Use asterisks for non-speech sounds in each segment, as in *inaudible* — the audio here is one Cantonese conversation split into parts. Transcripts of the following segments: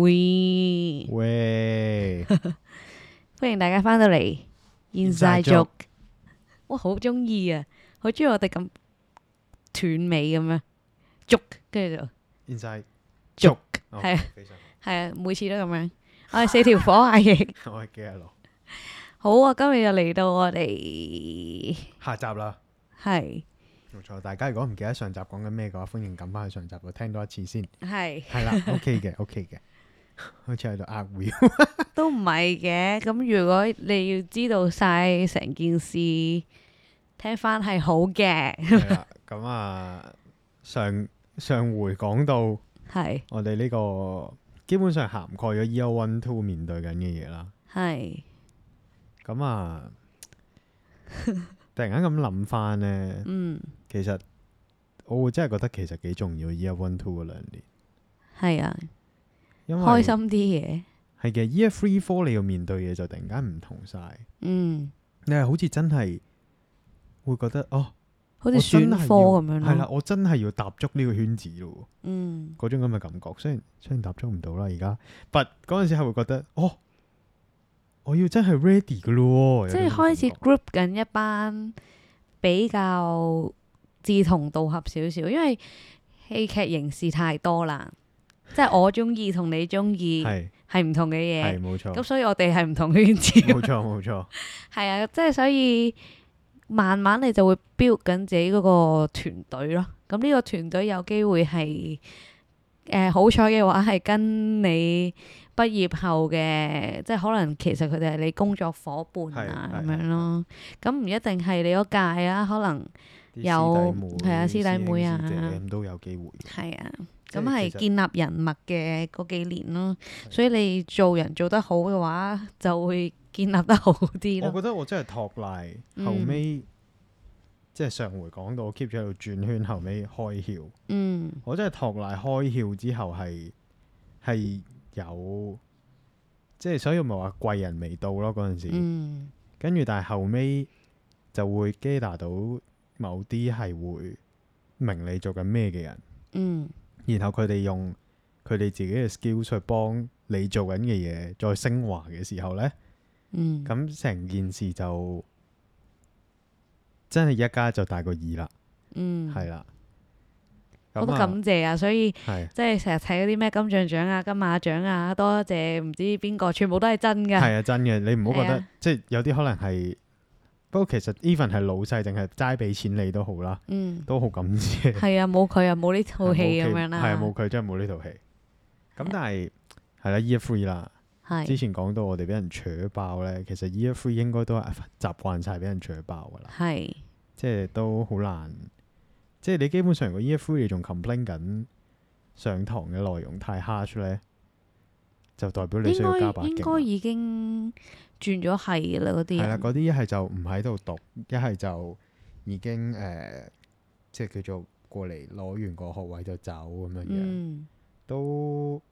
喂，喂，歡迎大家翻到嚟 Inside Inside Joke Joke。我好中意啊，好中意我哋咁斷尾咁樣捉，跟住就 inside 捉哦係啊非常好係啊，每次都咁樣。我係四條火阿翼，我係幾日落好啊，今日就嚟到我哋下集啦，係冇錯。大家如果唔記得上集講緊咩嘅話，歡迎撳翻去上集度聽多一次先。係係啦，OK 嘅，OK 嘅，好似喺度呃 w 都唔係嘅。咁如果你要知道晒成件事，聽翻係好嘅，係啦。咁啊，上上回講到係我哋呢個基本上涵蓋咗 Year One Two 面對緊嘅嘢啦。係咁啊，突然間咁諗翻呢，嗯其實我會真係覺得其實幾重要 Year One Two 嗰兩年，係啊，因為開心啲嘢，係嘅，Year Three Four 你要面對嘅就突然間唔同晒，嗯，你係好似真係會覺得哦，好似我真選係科要咁樣係啦，咯，我真係要踏足呢個圈子咯，嗯。嗰種咁嘅感覺。雖然雖然踏足唔到啦，而家，but 嗰陣時係會覺得哦，我要真係 ready 噶咯喎，即係有種開始感覺 group 緊一班比較志同道合少少，因為戲劇形式太多啦，即係我中意同你中意係係唔同嘅係嘢，冇錯，咁所以我哋係唔同圈子，冇錯冇錯，係啊，即係所以慢慢你就會 build 緊自己嗰個團隊咯。咁呢個團隊有機會係誒好彩嘅話係跟你畢業後嘅，即係可能其實佢哋係你工作伙伴啊係咁係樣咯。咁唔一定係你嗰屆啊，可能啲有師弟妹係啊師弟師兄妹啊師姐咁都有機會。係啊。即咁係係其實建立人脈嘅嗰幾年咯，係所以你做人做得好嘅話，就會建立得好啲我咯。覺得我真係托賴嗯後尾，即係上回講到我 keep 咗喺度轉圈，後尾開竅。嗯，我真係托賴開竅之後係係有，即係所以咪話貴人未到咯嗰陣時。嗯，跟住、但係後尾就會 g 拿到某啲係會明你做緊咩嘅人，嗯，然後佢哋用佢哋自己嘅 skill 去幫你做緊嘅嘢再升華嘅時候呢。嗯，咁成件事就真係一加就大過二啦，嗯，係啦。好咁多啊，感謝啊！所以係即係成日睇嗰啲咩金像獎啊、金馬獎啊，多謝唔知邊個，全部都係真㗎。係啊，真嘅，你唔好覺係得啊即係有啲可能係，不過其實 even 係老細定係齋俾錢你都好啦，嗯，都好感謝。 *laughs* 係啊，冇佢啊，冇呢套戲咁樣啦。係啊冇佢真係冇呢套戲。咁但係係啦，year three 啦，係之前講到我哋俾人扯爆咧，其實 year three 應該都係哎習慣晒俾人扯爆噶啦。係即係都好難。即係你基本上個 year three 你仲 complain 緊上堂嘅內容太 harsh 咧，就代表你需應要加把該應該勁啦。啊已經轉咗係啦，嗰啲係啦，人嗰啲一係就唔喺度讀，一係就已經誒、呃即係叫做過嚟攞完個學位就走咁樣樣，嗯都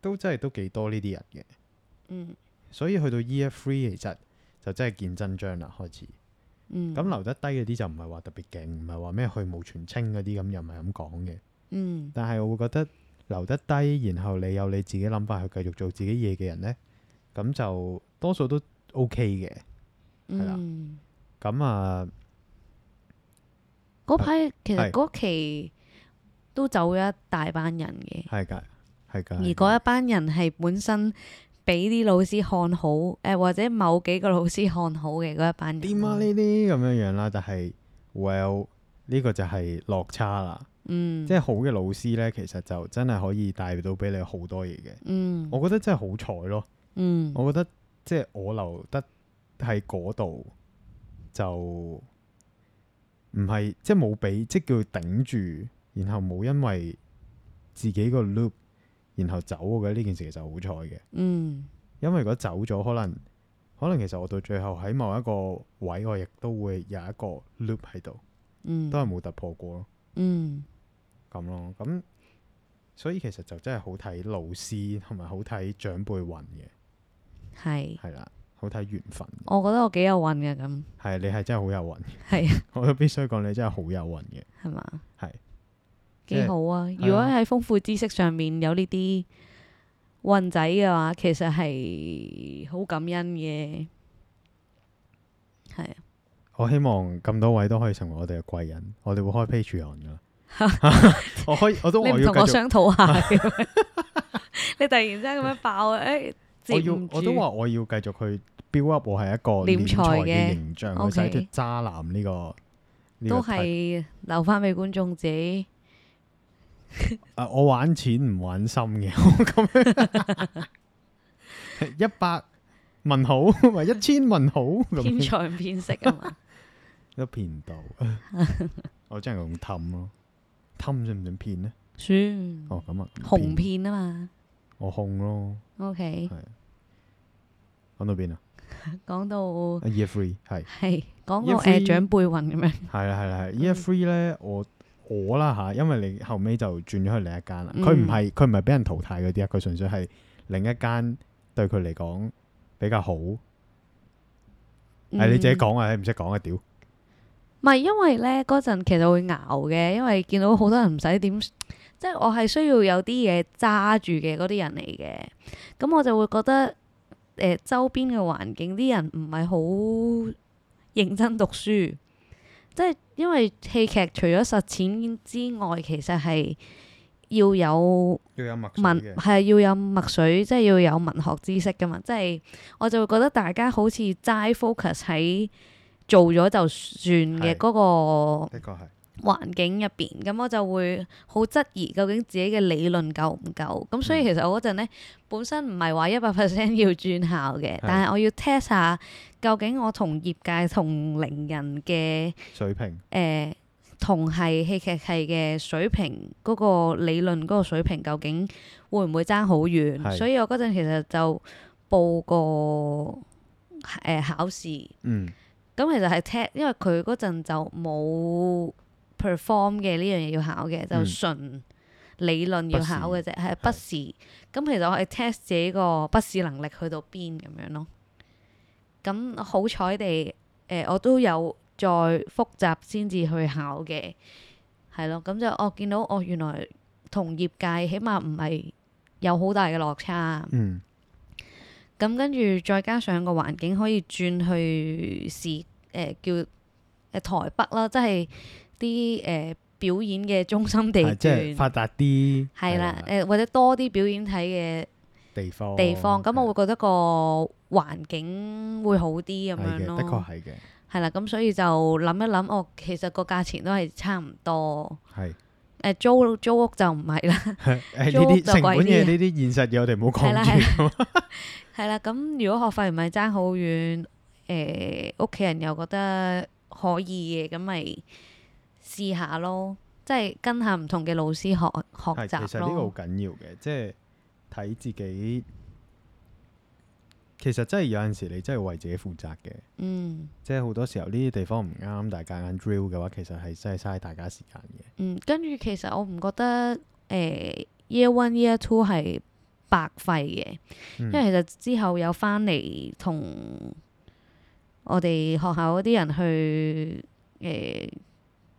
都真係都幾多呢啲人嘅。嗯所以去到 year three 其實就真係見真章啦，開始。嗯咁留得低嗰啲就唔係話特別勁，唔係話咩去無全清嗰啲咁，又唔係咁講嘅。嗯但係我會覺得留得低，然後你有你自己諗法去繼續做自己嘢嘅人呢，咁就多數都 OK 嘅。係啦嗯咁啊，嗰批其實係嗰期都走咗一大班人嘅。係㗎，係㗎。而係㗎嗰一班人係本身俾啲老師看好，誒、或者某幾個老師看好嘅嗰一班人。點啊呢啲咁樣樣啦，但係 well 呢個就係落差啦。嗯，即係好嘅老師呢，其實就真係可以帶到俾你好多嘢嘅。嗯，我覺得真係好彩咯。嗯，我覺得即係我留得喺嗰度就唔係即係冇俾即係叫頂住，然後冇因為自己個 loop 然後走，我覺得呢件事其實好彩嘅，嗯，因為如果走咗，可能可能其實我到最後喺某一個位，我亦都會有一個 loop 喺度，嗯都，係冇突破過咯，嗯，咁咯，咁所以其實就真係好睇老師同埋好睇長輩運嘅，係。係啦，好睇緣分嘅。我覺得我幾有運嘅咁，係你係真係好有運，係啊，我都必須講你真係好有運嘅，係嘛？係啊幾好啊！如果喺豐富知識上面有呢啲運仔嘅話，其實係好感恩嘅。係啊，我希望咁多位都可以成為我哋嘅貴人，我哋會開 Patreon *laughs* 噶。我可以，我都你話唔要同我繼續，商討下 *laughs* *laughs* 嘅咩，你突然之間咁樣爆，誒、接我要唔我都住話我要繼續去 build up 我係一個斂斂財財嘅嘅形象，去洗 OK 脱渣男呢個。呢個都 type 係留翻俾觀眾自己。啊！我玩錢唔玩心嘅， *laughs* 我咁樣 *laughs* 一百問號，或一千問號咁偏樣財唔偏色啊 *laughs* 嘛，都騙唔到。 *laughs* 我真係用氹咯，氹算唔算騙呢？算哦，咁啊，紅片啊嘛。我控咯， OK，係講到邊啊？啊講到 year three *laughs* 係係講一到灰誒長輩運咁樣，係啊啦係啦嗯係 year three 咧，我我啦嚇，因為你後尾就轉咗去另一間啦。嗯佢唔係佢唔係俾人淘汰嗰啲啊，佢純粹係另一間對佢嚟講比較好。係你自己嗯講啊，你唔識講啊，屌！唔係因為咧嗰陣其實會熬嘅，因為見到好多人唔使點，即係我係需要有啲嘢揸住嘅嗰啲人嚟嘅，咁我就會覺得誒、呃周邊嘅環境啲人唔係好認真讀書，即係因為戲劇除咗實踐之外，其實係要有要有默文係啊要有墨水，即係要有文學知識噶嘛。即係我就會覺得大家好似齋 focus 喺做咗就算係嘅嗰個的確係環境入邊，咁我就會好質疑究竟自己嘅理論夠唔夠。咁所以其實我嗰陣咧，本身唔係話一百 percent *laughs* 要轉校嘅，但係我要 test 下究竟我同業界同齡人嘅。水平誒、呃同係戲劇系嘅水平嗰、個理論嗰個水平究竟會唔會爭好遠？係所以我嗰陣其實就報個誒、呃考試，嗯咁其實係 test，因為佢嗰陣就冇 perform 嘅呢樣嘢要考嘅，嗯就純理論要考嘅啫，係筆試。咁其實我係 test 自己個筆試能力去到邊咁樣咯。咁好彩地，誒、呃我都有再複習先至去考嘅，係咯。咁就我見到哦我原來同業界起碼唔係有好大嘅落差。嗯咁跟住再加上個環境可以轉去市誒、呃叫誒、呃台北啦，即係啲誒表演嘅中心地係即係段，發達啲係啦誒、呃或者多啲表演睇地方嘅地哦方，咁我會覺得個環境會好啲咁係樣嘅，的確咯，係嘅，係啦，咁所以就諗一諗，哦，其實個價錢都係差唔多，係誒、租租屋就唔係啦。 *laughs* *laughs* 誒呢租屋啲就成本貴啲嘢，啊呢啲現實嘢我哋唔好係啦講住。係啦，咁如果學費唔係爭好遠，誒屋企人又覺得可以嘅，咁咪試下咯，即係跟下唔同嘅老師學學係其習實呢個好咯。緊要嘅，即係睇自己。其實真係有陣時你真係為自己負責嘅，嗯即係好多時候呢啲地方唔啱，大家硬 drill 嘅話，其實係真係嘥大家時間嘅。嗯，跟住其實我唔覺得誒、year one year two 係白費嘅，因嗯，為其實之後有翻嚟同我哋學校嗰啲人去誒、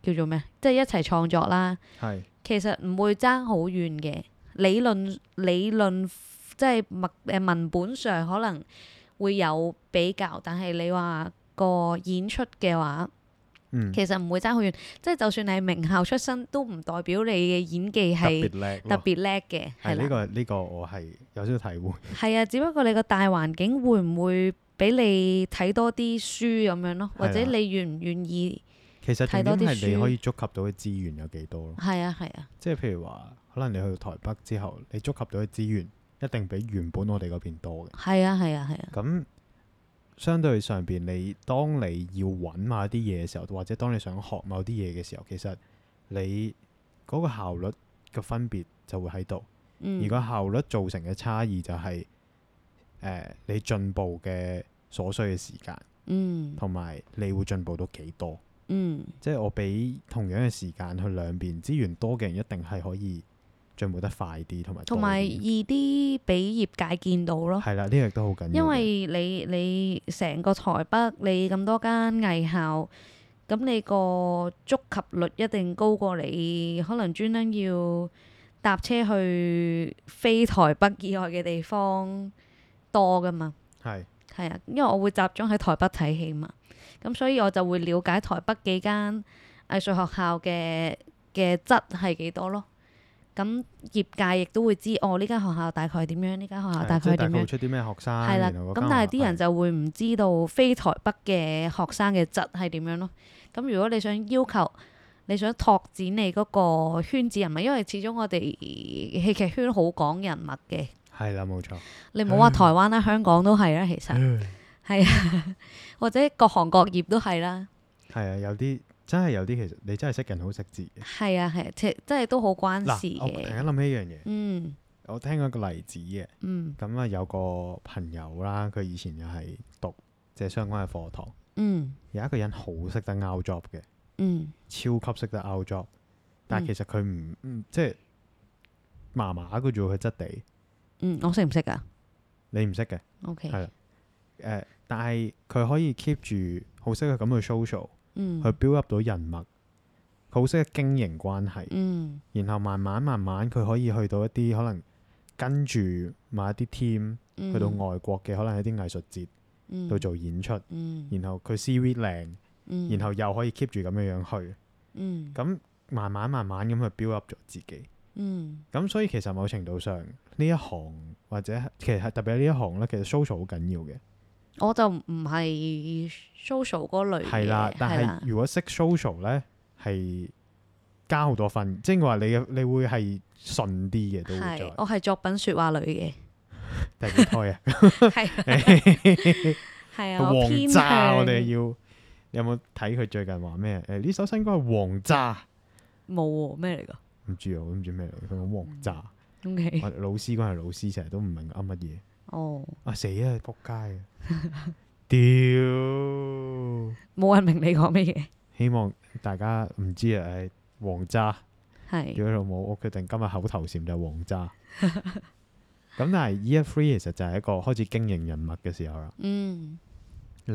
叫做咩，啊即係一齊創作啦。係其實唔會爭好遠嘅，理論理論即係文誒文本上可能會有比較，但係你話個演出嘅話，嗯，其實唔會爭好遠。即係就算你係名校出身，都唔代表你嘅演技特係別叻特咯，別叻嘅，係係呢啦，個呢個我係有少少體會。係啊。只不過你個大環境會唔會俾你睇多啲書咁樣咯，或者係啦你願唔願意？其實重睇多點啲係你書可以觸及到嘅資源有幾多咯。係啊，係啊，即係譬如話，可能你去到台北之後，你觸及到嘅資源一定比原本我哋嗰邊多嘅。係啊，係啊，係啊，咁相對上邊，你當你要揾某一啲嘢嘅時候，或者當你想學某啲嘢嘅時候，其實你嗰個效率嘅分別就會喺度。而嗯，個效率造成嘅差異就係、呃你進步嘅所需嘅時間，嗯，同埋你會進步到幾多。嗯，即係我俾同樣嘅時間去兩邊，資源多嘅人一定係可以進步得快啲，同埋多同埋啲易啲俾業界見到咯。係啦，呢樣都好緊要嘅。因為你你成個台北你咁多間藝校，咁你個觸及率一定高過你可能專登要搭車去非台北以外嘅地方多噶嘛。係係啊，因為我會集中喺台北睇戲嘛，咁所以我就會了解台北幾間藝術學校嘅嘅質係幾多咯。咁業界亦都會知哦，呢間學校大概係點樣，呢間學校係啊大即概係係點大概會樣，出啲咩學生？係啦。然後嗰咁間但係學啲人係就會唔知道非台北嘅學生嘅質係點樣咯。咁如果你想要求，你想拓展你嗰個圈子人物，因為始終我哋戲劇圈好講人物嘅，係啦，冇錯。你唔嗯好話台灣啦，香港都係啦，其實。係啊， *laughs* 或者各行各業都係啦，係啊，有啲真係有啲其實你真係識人好識字嘅。係啊係啊，即真係都好關事嗱，我啊突嘅。然間諗起一樣嘢，嗯我聽過一個例子嘅。嗯咁啊，有個朋友啦，佢以前又係讀即係相關嘅課堂，嗯有一個人好識得 out job 嘅，嗯超級識得 out job，但係嗯其實佢唔嗯即係麻麻嘅啫喎，佢質地嗯，我識唔識啊你唔識嘅。 ？OK，係啊誒、但係佢可以 keep 住好識得咁去 social，嗯去 build up 到人脈，佢好識得經營關係，嗯然後慢慢慢慢佢可以去到一啲可能跟住某一啲 team 嗯去到外國嘅，可能一啲藝術節嗯度做演出，嗯然後佢 CV 靚，嗯然後又可以 keep 住咁樣樣去，嗯咁慢慢慢慢咁去 build up 咗自己。嗯咁所以其實某程度上呢一行或者係其實係特別係呢一行咧，其實 social 好緊要嘅。我就唔係 social 嗰類係啦嘅，，但係啦係如果識 social 咧，係加好多分，即係話你嘅你會係順啲嘅都會係再，我係作品説話類 *laughs* 嘅，但係幾胎啊，係係啊， *laughs* 我黃偏渣向我哋要你有冇睇佢最近話咩？誒呢首新歌係黃渣，冇喎咩嚟㗎唔知啊，我都唔知咩嚟，佢講黃渣， ？OK，我老師嗰陣老師成日都唔明噏乜嘢，哦，啊死啊仆街 *laughs* 啊，屌！冇人明你講乜嘢，希望大家唔知啊，誒黃渣。係屌你老母！我決定今日口頭禪就係 *laughs* 黃渣。咁但係 Year Three 其實就係一個開始經營人物嘅時候啦。嗯你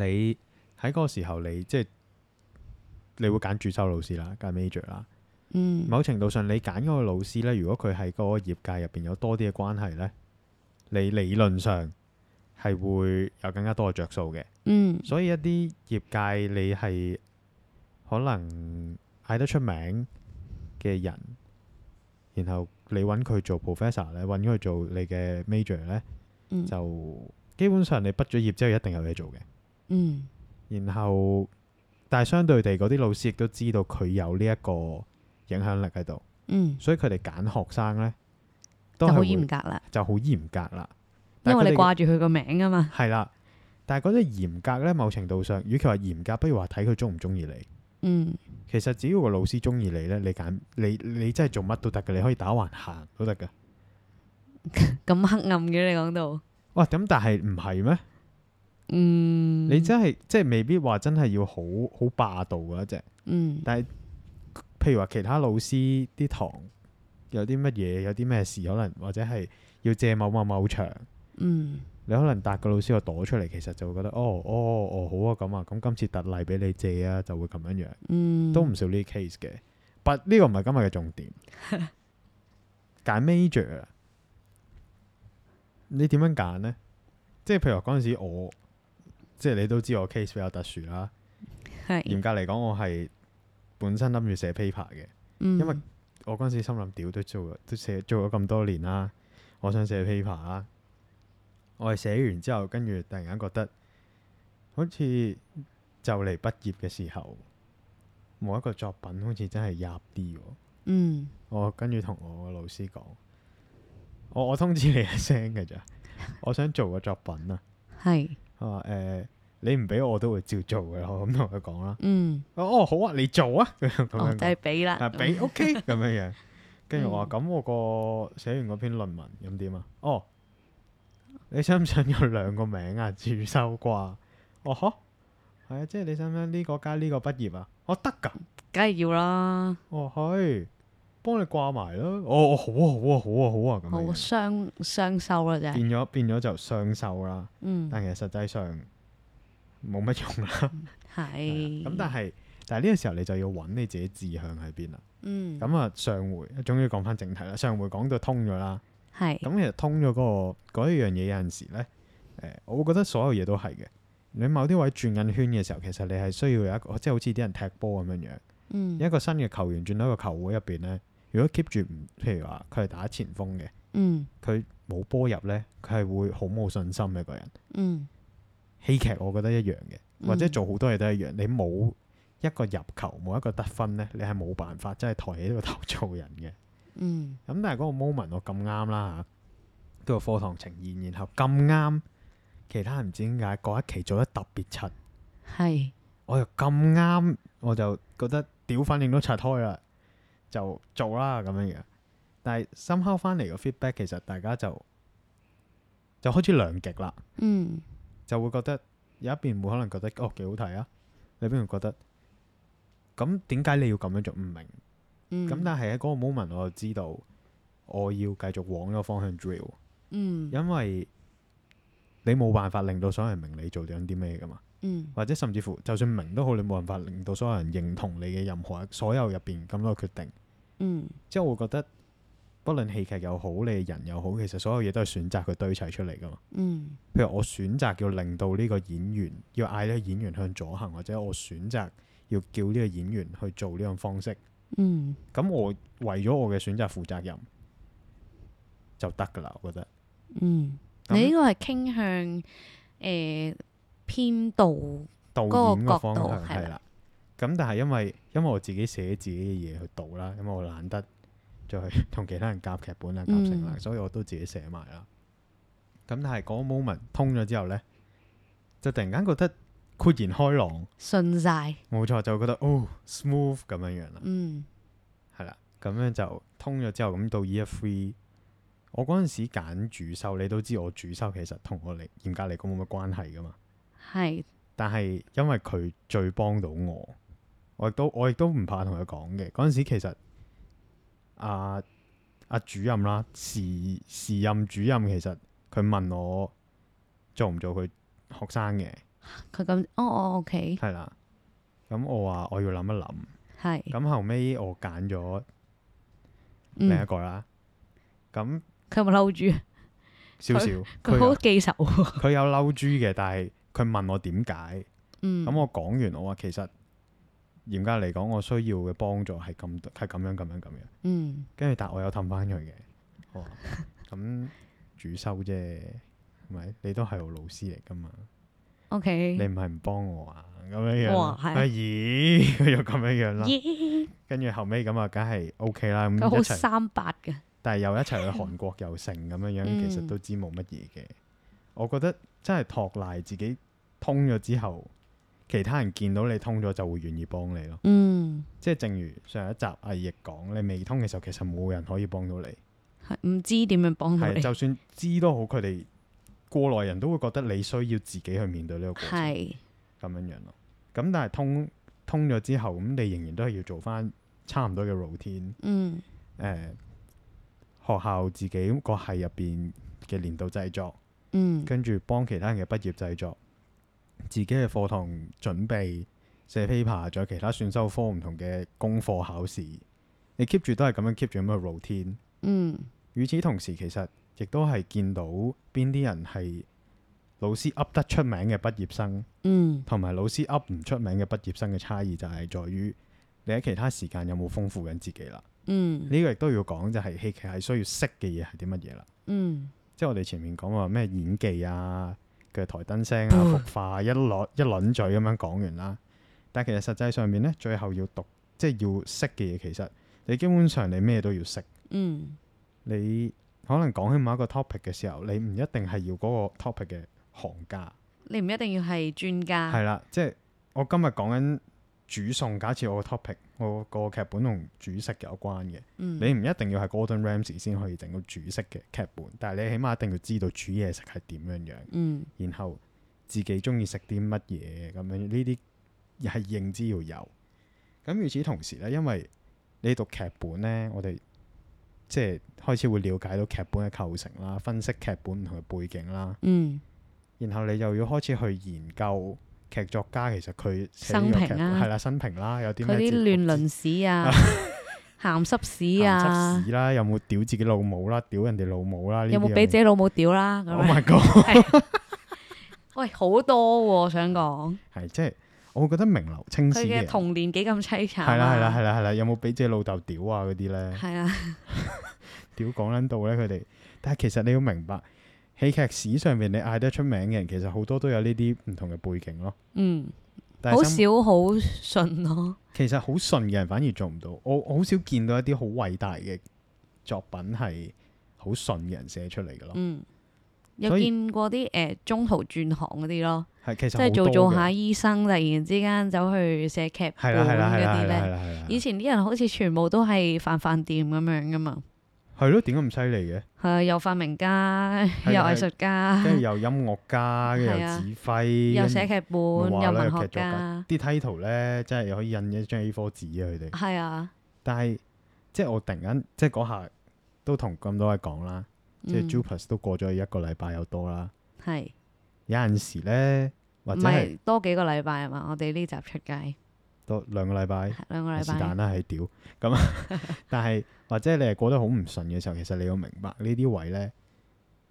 喺嗰個時候你，即係你會揀主修老師啦，揀 major 啦。嗯某程度上，你揀嗰個老師呢，如果佢喺嗰個業界入邊有多啲嘅關係呢，你理論上係會有更加多嘅着數嘅。嗯所以一啲業界你係可能嗌得出名嘅人，然後你揾佢做 professor 咧，揾佢做你嘅 major 咧，嗯就基本上你畢咗業之後一定有嘢做嘅。嗯然後，但係相對地，嗰啲老師亦都知道佢有呢一個影響力喺度，嗯。所以佢哋揀學生咧都就係好會嚴格啦，就好嚴格啦。因但係為佢你哋掛住佢個名啊嘛。係啦，但係嗰啲嚴格咧，某程度上，與其話嚴格，不如話睇佢中唔中意你。嗯其實只要個老師中意你咧，你揀你你真係做乜都得嘅，你可以打橫行都得嘅。咁黑暗嘅你講到，哇！咁但係唔係咩？嗯，你真係即係未必話真係要好好霸道嗰一隻。嗯但係譬如話其他老師啲堂有啲乜嘢，有啲咩事，可能或者係要借某某某場，嗯你可能搭個老師個朵出嚟，其實就會覺得哦哦哦好啊咁啊，咁今次特例俾你借啊，就會咁樣樣。嗯，都唔少呢啲 case 嘅。但呢個唔係今日嘅重點。揀 major 啊，你點樣揀呢？即係譬如話嗰陣時我，即係你都知我 case 比較特殊啦。係嚴，格嚟講，我係本身諗住寫 paper 嘅。因為我嗰陣時心諗，屌都做都寫做咗咁多年啦，我想寫 paper 啦。我係寫完之後，跟住突然間覺得，好似就嚟畢業嘅時候，冇一個作品好似真係入啲喎。嗯我跟住同我個老師講，我我通知你一聲嘅咋，我想做個作品啊。係佢話誒，你唔俾我都會照做嘅，我咁同佢講啦。嗯，哦，好啊，你做啊，咁樣咁哦樣就講係俾啦，啊俾 *laughs* OK 咁樣樣。跟住我話嗯咁，我個寫完嗰篇論文咁點啊？哦，你想唔想有兩個名啊？主修啩？哦呵，係啊，即係你想唔想呢個加呢個畢業啊？我得㗎，梗係要啦，哦係，幫你掛埋咯。哦，哦好啊好啊好啊好啊咁好樣樣。雙雙收啦，真係，變咗變咗就雙手啦，嗯但其實實際上冇乜用啦。啊係，咁但係但係呢個時候你就要揾你自己志向喺邊啦。嗯，咁啊，上回終於講翻正題啦。上回講到通咗啦，係咁其實通咗嗰、個嗰一樣嘢有陣時咧，誒、我會覺得所有嘢都係嘅。你某啲位轉緊圈嘅時候，其實你係需要有一個，即係好似啲人踢波咁樣樣。嗯一個新嘅球員轉到一個球會入邊咧，如果 keep 住唔，譬如話佢係打前鋒嘅，嗯佢冇波入咧，佢係會好冇信心嘅個人。嗯戲劇我覺得一樣嘅，或者嗯做好多嘢都一樣。你冇一個入球，冇一個得分咧，你係冇辦法真係抬起個頭做人嘅。嗯咁但係嗰個 moment 我咁啱啦嚇，都有課堂呈現，然後咁啱其他人唔知點解嗰一期做得特別柒，係我又咁啱我就覺得屌反應都柒開啦，就做啦咁樣樣。但係深刻翻嚟個 feedback 其實大家就就開始兩極啦。嗯就會覺得有一邊會可能覺得哦幾好睇啊，另一邊會覺得咁點解你要咁樣做唔明？咁、嗯但係喺嗰個 moment 我就知道我要繼續往呢個方向 drill，嗯因為你冇辦法令到所有人明你做緊啲咩噶嘛，嗯或者甚至乎就算明都好，你冇辦法令到所有人認同你嘅任何一所有入邊咁多決定。嗯即係我會覺得，不論戲劇又好，你人又好，其實所有嘢都係選擇佢堆砌出嚟噶嘛。嗯譬如我選擇要令到呢個演員要嗌呢個演員向左行，或者我選擇要叫呢個演員去做呢樣方式，嗯咁我為咗我嘅選擇負責任就得㗎啦，我覺得。嗯，你呢咁個係傾向呃誒編導導嗰個演角個方度向係係啦，咁但係因為因為我自己寫自己嘅嘢去導啦，因為我懶得再去 *laughs* 同其他人夾劇本啊夾成啦，嗯所以我都自己寫埋啦。咁但係嗰個 moment 通咗之後呢，就突然間覺得豁然開朗。信晒，冇錯，就會覺得哦 smooth 咁樣樣啦，嗯係啦、咁樣就通咗之後，咁到 year three，我嗰陣時揀主修，你都知我主修其實同我嚟嚴格嚟講冇乜關係噶嘛，係但係因為佢最幫到我，我亦都我亦都唔怕同佢講嘅。嗰陣時其實啊啊主任啦，時時任主任其實佢問我做唔做佢學生嘅，佢咁，哦哦，OK，係啦，咁我話我要諗一諗。係，咁後尾我揀咗嗯，另一個啦，咁佢有冇嬲住？少少嗯佢佢好有記仇喎，佢有嬲豬嘅，但係佢問我點解，嗯，咁我講完我話其實嚴格嚟講，我需要嘅幫助係咁係咁樣咁樣咁樣，嗯跟住但我有氹翻佢嘅，我 *laughs* 話咁主修啫，係咪？你都係我老師嚟噶嘛， ，OK，你唔係唔幫我啊？咁樣樣哇啦，嗯係啊咦， *laughs* 佢又咁樣樣啦，咦跟住後尾咁啊，梗係 OK 啦，佢咁一好齊。三八嘅，但係又一齊去韓國又成咁樣樣，嗯其實都知冇乜嘢嘅。我覺得真係托賴自己通咗之後，其他人見到你通咗就會願意幫你咯。嗯，即係正如上一集阿奕講，你未通嘅時候其實冇人可以幫到你，係唔知點樣幫到係你，就算知都好，佢哋過來人都會覺得你需要自己去面對呢個過程係，咁樣樣咯。咁但係通通咗之後，咁你仍然都係要做翻差唔多嘅 routine。嗯誒、學校自己個系入邊嘅年度製作，嗯跟住幫其他人嘅畢業製作，自己嘅課堂準備、寫 paper，仲有其他選修科唔同嘅功課考試，你 keep 住都係咁樣 keep 住咁嘅 routine。嗯與此同時，其實亦都係見到邊啲人係老師噏得出名嘅畢業生，嗯同埋老師噏唔出名嘅畢業生嘅差異，就係在於你喺其他時間有冇豐富緊自己啦。嗯呢個亦都要講，就係戲劇係需要識嘅嘢係啲乜嘢啦。嗯即係我哋前面講話咩演技啊、嘅台燈聲啊、服化一輪一輪嘴咁樣講完啦。但其實實際上面咧，最後要讀即係要識嘅嘢，其實你基本上你咩都要識。嗯你可能講起某一個 topic 嘅時候，你唔一定係要嗰個 topic 嘅行家。你唔一定要係專係家，啦，即係我今日講緊煮餸，假設我個 topic 我個劇本同煮食有關嘅。嗯，你唔一定要係 Gordon Ramsay 先可以整到煮式嘅劇本，但係你起碼一定要知道煮嘢食係點樣樣，嗯然後自己中意食啲乜嘢咁樣，呢啲係認知要有。咁與此同時咧，因為你讀劇本咧，我哋即係開始會了解到劇本嘅構成啦，分析劇本唔同嘅背景啦，嗯然後你又要開始去研究劇作家其實佢寫生呢個劇平啊係啦，生平啦，有啲佢咩啲節目亂倫屎 *laughs* 啊、鹹濕屎鹹濕啊，屎啦，有冇屌自己老母啦，屌人哋老母啦，呢啲啊有冇俾自己老母屌啦？咁？Oh 樣 my god！喂，好多喎，想講係即係，我覺得名流青史佢嘅嘅人係童年幾咁凄慘啊。啦係啦係啦係啦，有冇俾自己老豆屌啊嗰啲咧？係啊，屌講撚到咧佢哋，但係其實你要明白，戲劇史上面你嗌得出名嘅人，其實好多都有呢啲唔同嘅背景咯。嗯，但好係心哦少好順咯。其實好順嘅人反而做唔到，我我好少見到一啲好偉大嘅作品係好順嘅人寫出嚟嘅咯。嗯，有所以見過啲誒中途轉行嗰啲咯，係其實即好係做做多下嘅醫生，突然之間走去寫劇係本啦係啦係嗰啦啲係啦係咧。啦係啦，以前啲人好似全部都係飯飯店咁樣噶嘛，係咯，點解咁犀利嘅？係啊又發明家，又係藝術家，跟住又音樂家，跟住係又啊指揮，又跟住寫劇本，咪話又咯文劇學作家，啲 title 咧，真係可以印一張 A4 紙啊！佢哋，係啊，但係即係我突然間即係嗰下都同咁多位講啦，即係嗯 Jupas 都過咗一個禮拜有多啦。係有陣時咧，或唔者係係多幾個禮拜啊嘛？我哋呢集出街多兩個禮拜，兩個禮是但拜，啦，係屌咁啊。 *laughs* 但係或者你係過得好唔順嘅時候，其實你要明白呢啲位咧，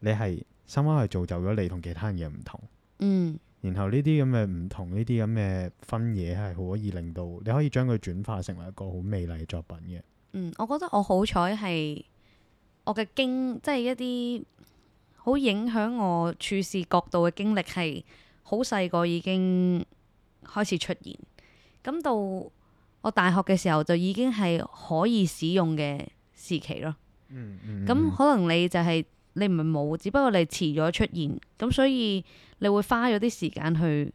你係深刻係造就咗你同其他人嘅唔同。嗯然後呢啲咁嘅唔同呢啲咁嘅分野係可以令到你可以將佢轉化成為一個好美麗嘅作品嘅。嗯，我覺得我好彩係我嘅經，即係一啲好影響我處事角度嘅經歷係好細個已經開始出現，咁到我大學嘅時候就已經係可以使用嘅時期咯。嗯嗯咁可能你就係、你唔係冇，只不過你遲咗出現，咁所以你會花咗啲時間去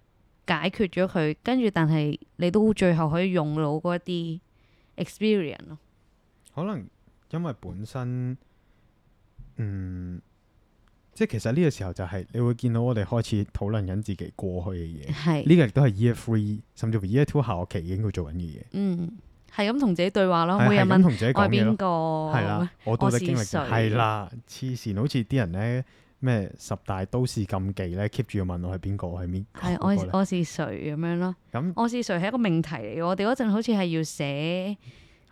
解決咗佢，跟住但係你都最後可以用到嗰一啲 experience 咯。可能因為本身，嗯，即係其實呢個時候就係你會見到我哋開始討論緊自己過去嘅嘢。係，呢個亦都係 Year Three，甚至乎 Year Two 下學期已經要做緊嘅嘢。嗯，係咁同自己對話咯，係哦每日係咁問同自己我係講嘢邊咯。個，係啦，我到我底是經歷過誰係啦，黐線，好似啲人咧咩十大都市禁忌咧，keep 住要問我係邊個，我係邊係個嗰個我呢我是誰咁樣咯。咁我是誰係一個命題嚟嘅，我哋嗰陣好似係要寫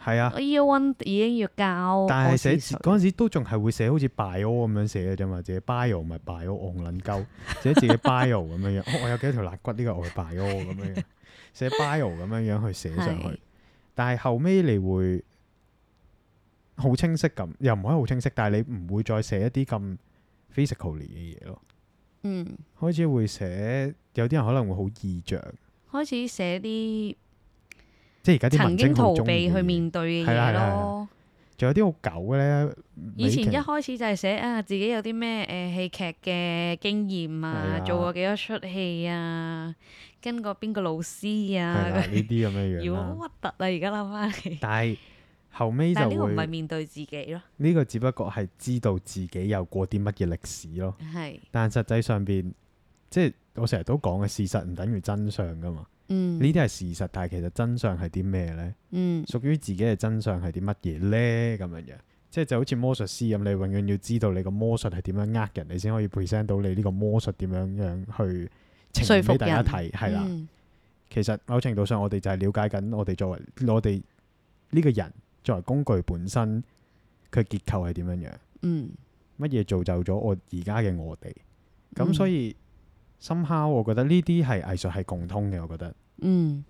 係啊。我 year one 已經要交，但係我寫是字誰嗰陣時都仲係會寫好似 bio 咁樣寫嘅啫嘛，自己 bio 唔係 bio 戇 *laughs* 撚鳩，寫自己 bio 咁樣樣。哦，我有幾條肋骨呢個我係 bio 咁樣樣，寫 bio 咁樣樣去寫上係去。但係後尾你會好清晰咁，又唔可以好清晰，但係你唔會再寫一啲咁 physically 嘅嘢咯。嗯。開始會寫有啲人可能會好意象，開始寫啲即係而家啲曾文經青好逃中意避嘅去嘢。面對嘅係啦係嘢啦係咯。仲有啲好舊咧，以前美一劇開始就係寫啊自己有啲咩誒戲劇嘅經驗係啊啦，做過幾多出戲啊，跟過邊個老師係啦啊， *laughs* 呢啲咁樣樣妖啦好。核突啊！而家諗翻起，但係後尾就但係呢個唔係會面對自己咯，呢個只不過係知道自己有過啲乜嘢歷史咯，係但實際上邊即係我成日都講嘅事實唔等於真相噶嘛，嗯呢啲係事實，但係其實真相係啲咩呢？嗯屬於自己嘅真相係啲乜嘢呢？咁樣樣即係就好似魔術師咁，你永遠要知道你個魔術係點樣呃人，你先可以 present 到你呢個魔術點樣樣去呈現俾大家睇，係啦。嗯其實某程度上，我哋就係了解緊我哋作為我哋呢個人作為工具本身，佢結構係點樣樣，嗯乜嘢造就咗我而家嘅我哋。咁嗯所以深刻，我覺得呢啲係藝術係共通嘅。我覺得，嗯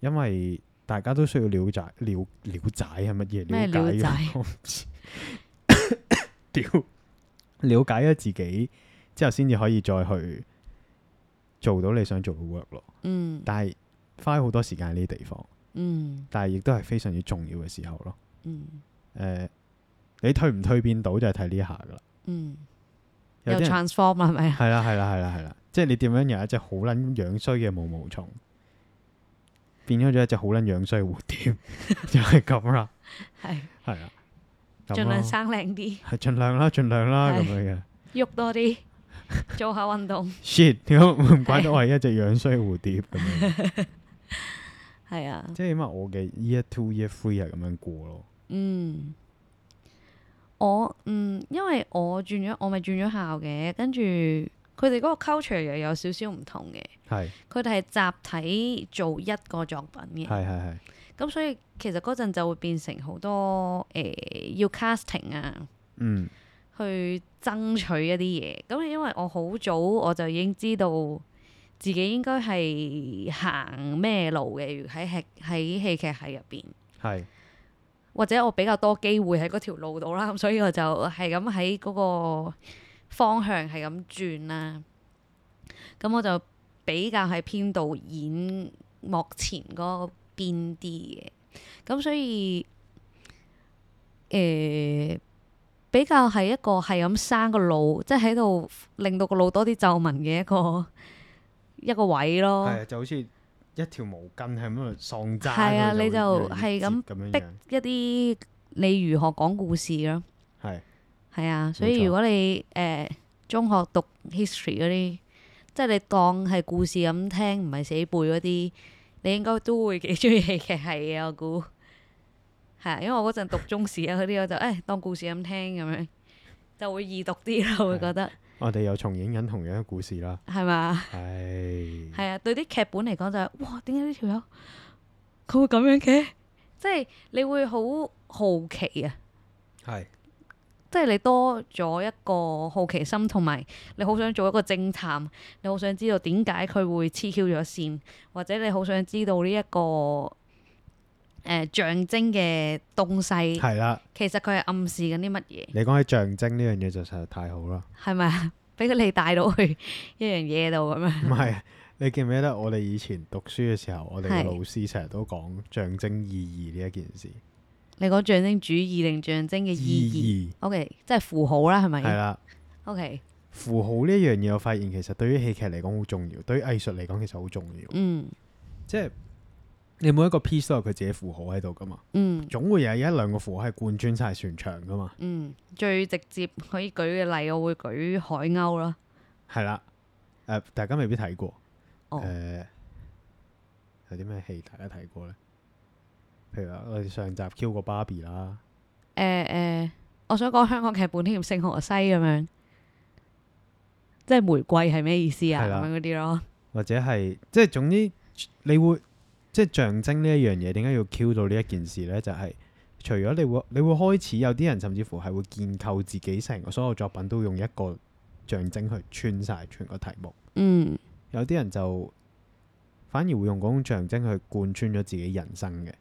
因為大家都需要了解了了解係乜咩嘢了 *laughs* 了解解我唔知屌，了解咗自己之後，先至可以再去做到你想做嘅 work 咯。嗯但係花好多時間喺呢啲地方。嗯但係亦都係非常之重要嘅時候咯。嗯誒、你退唔退變到就係睇呢一下噶啦。嗯，有又啲人 transform 啦係咪啊？係啦係啦係啦係啦，即係你點樣由一隻好撚樣衰嘅毛毛蟲變咗咗一隻好撚樣衰嘅蝴蝶， *laughs* 就係咁啦，係係啦，咁盡量咯，生靚啲，係盡量啦，盡量啦係咁樣嘅。喐多啲， *laughs* 做下運動， shit，咁唔怪得我係一隻樣衰蝴蝶咁 *laughs* 樣，係啊。即係起碼我嘅 year two year three 係咁樣過咯。嗯，我嗯，因為我轉咗，我咪轉咗校嘅，跟住佢哋嗰個 culture 又有少少唔同嘅，係佢哋係集體做一個作品嘅，係係係，咁所以其實嗰陣就會變成好多誒、呃要 casting 啊，嗯去爭取一啲嘢。咁因為我好早我就已經知道自己應該係行咩路嘅，如喺戲喺戲劇系入邊。係或者我比較多機會喺嗰條路度啦，咁 *laughs* 所以我就係咁喺嗰個方向係咁轉啦。咁我就比較係偏導演幕前嗰邊啲嘅，咁所以誒、比較係一個係咁生個腦，即係喺度令到個腦多啲皺紋嘅一個一個位咯。係啊就好似一條毛巾係咁樣喪渣，係啊佢你就會越嚟越係咁接咁樣逼樣，一啲你如何講故事咯。係係啊，所冇以錯如果你誒、呃中學讀 history 嗰啲，即係你當係故事咁聽，唔係死背嗰啲，你應該都會幾中意戲劇系嘅，我估。係啊，因為我嗰陣讀中史啊嗰啲，我就誒、唉當故事咁聽咁樣，就會易讀啲啦，會覺得我哋又重演緊同樣嘅故事啦，係嘛？係係啊，對啲劇本嚟講就係、哇，點解呢條友佢會咁樣嘅？即係你會好好奇啊！係即係你多咗一個好奇心，同埋你好想做一個偵探，你好想知道點解佢會黐 Q 咗線，或者你好想知道呢、一個誒、呃象徵嘅東西，係啦，其實佢係暗示緊啲乜嘢，你講起象徵呢樣嘢就實在太好啦。係咪啊？俾佢哋帶到去一樣嘢度咁樣，唔係，你記唔記得我哋以前讀書嘅時候，我哋係嘅老師成日都講象徵意義呢一件事。你講象徵主義定象徵嘅意義意？O、k 即係符號啦，係義係咪啦， ？O K，符號呢一樣嘢，我發現其實對於戲劇嚟講好重要，對於藝術嚟講其實好重要。嗯即係你每一個 piece 都有佢自己符號喺度噶嘛，嗯總會有一兩個符號係貫穿晒全場噶嘛。嗯，最直接可以舉嘅例，我會舉海鷗啦。係啦，誒、大家未必睇過，誒、呃哦，有啲咩戲大家睇過呢？譬如話我哋上集 Q 過芭比啦，誒誒、呃我想講香港劇本添，聖荷西咁樣，即係玫瑰係咩意思啊？係啦咁樣嗰啲咯，或者係即係總之，你會即係象徵呢一樣嘢，點解要 Q 到呢一件事呢？就係、除咗你會，你會開始有啲人甚至乎係會建構自己成個所有作品都用一個象徵去穿晒全個題目。嗯有啲人就反而會用嗰種象徵去貫穿咗自己人生嘅。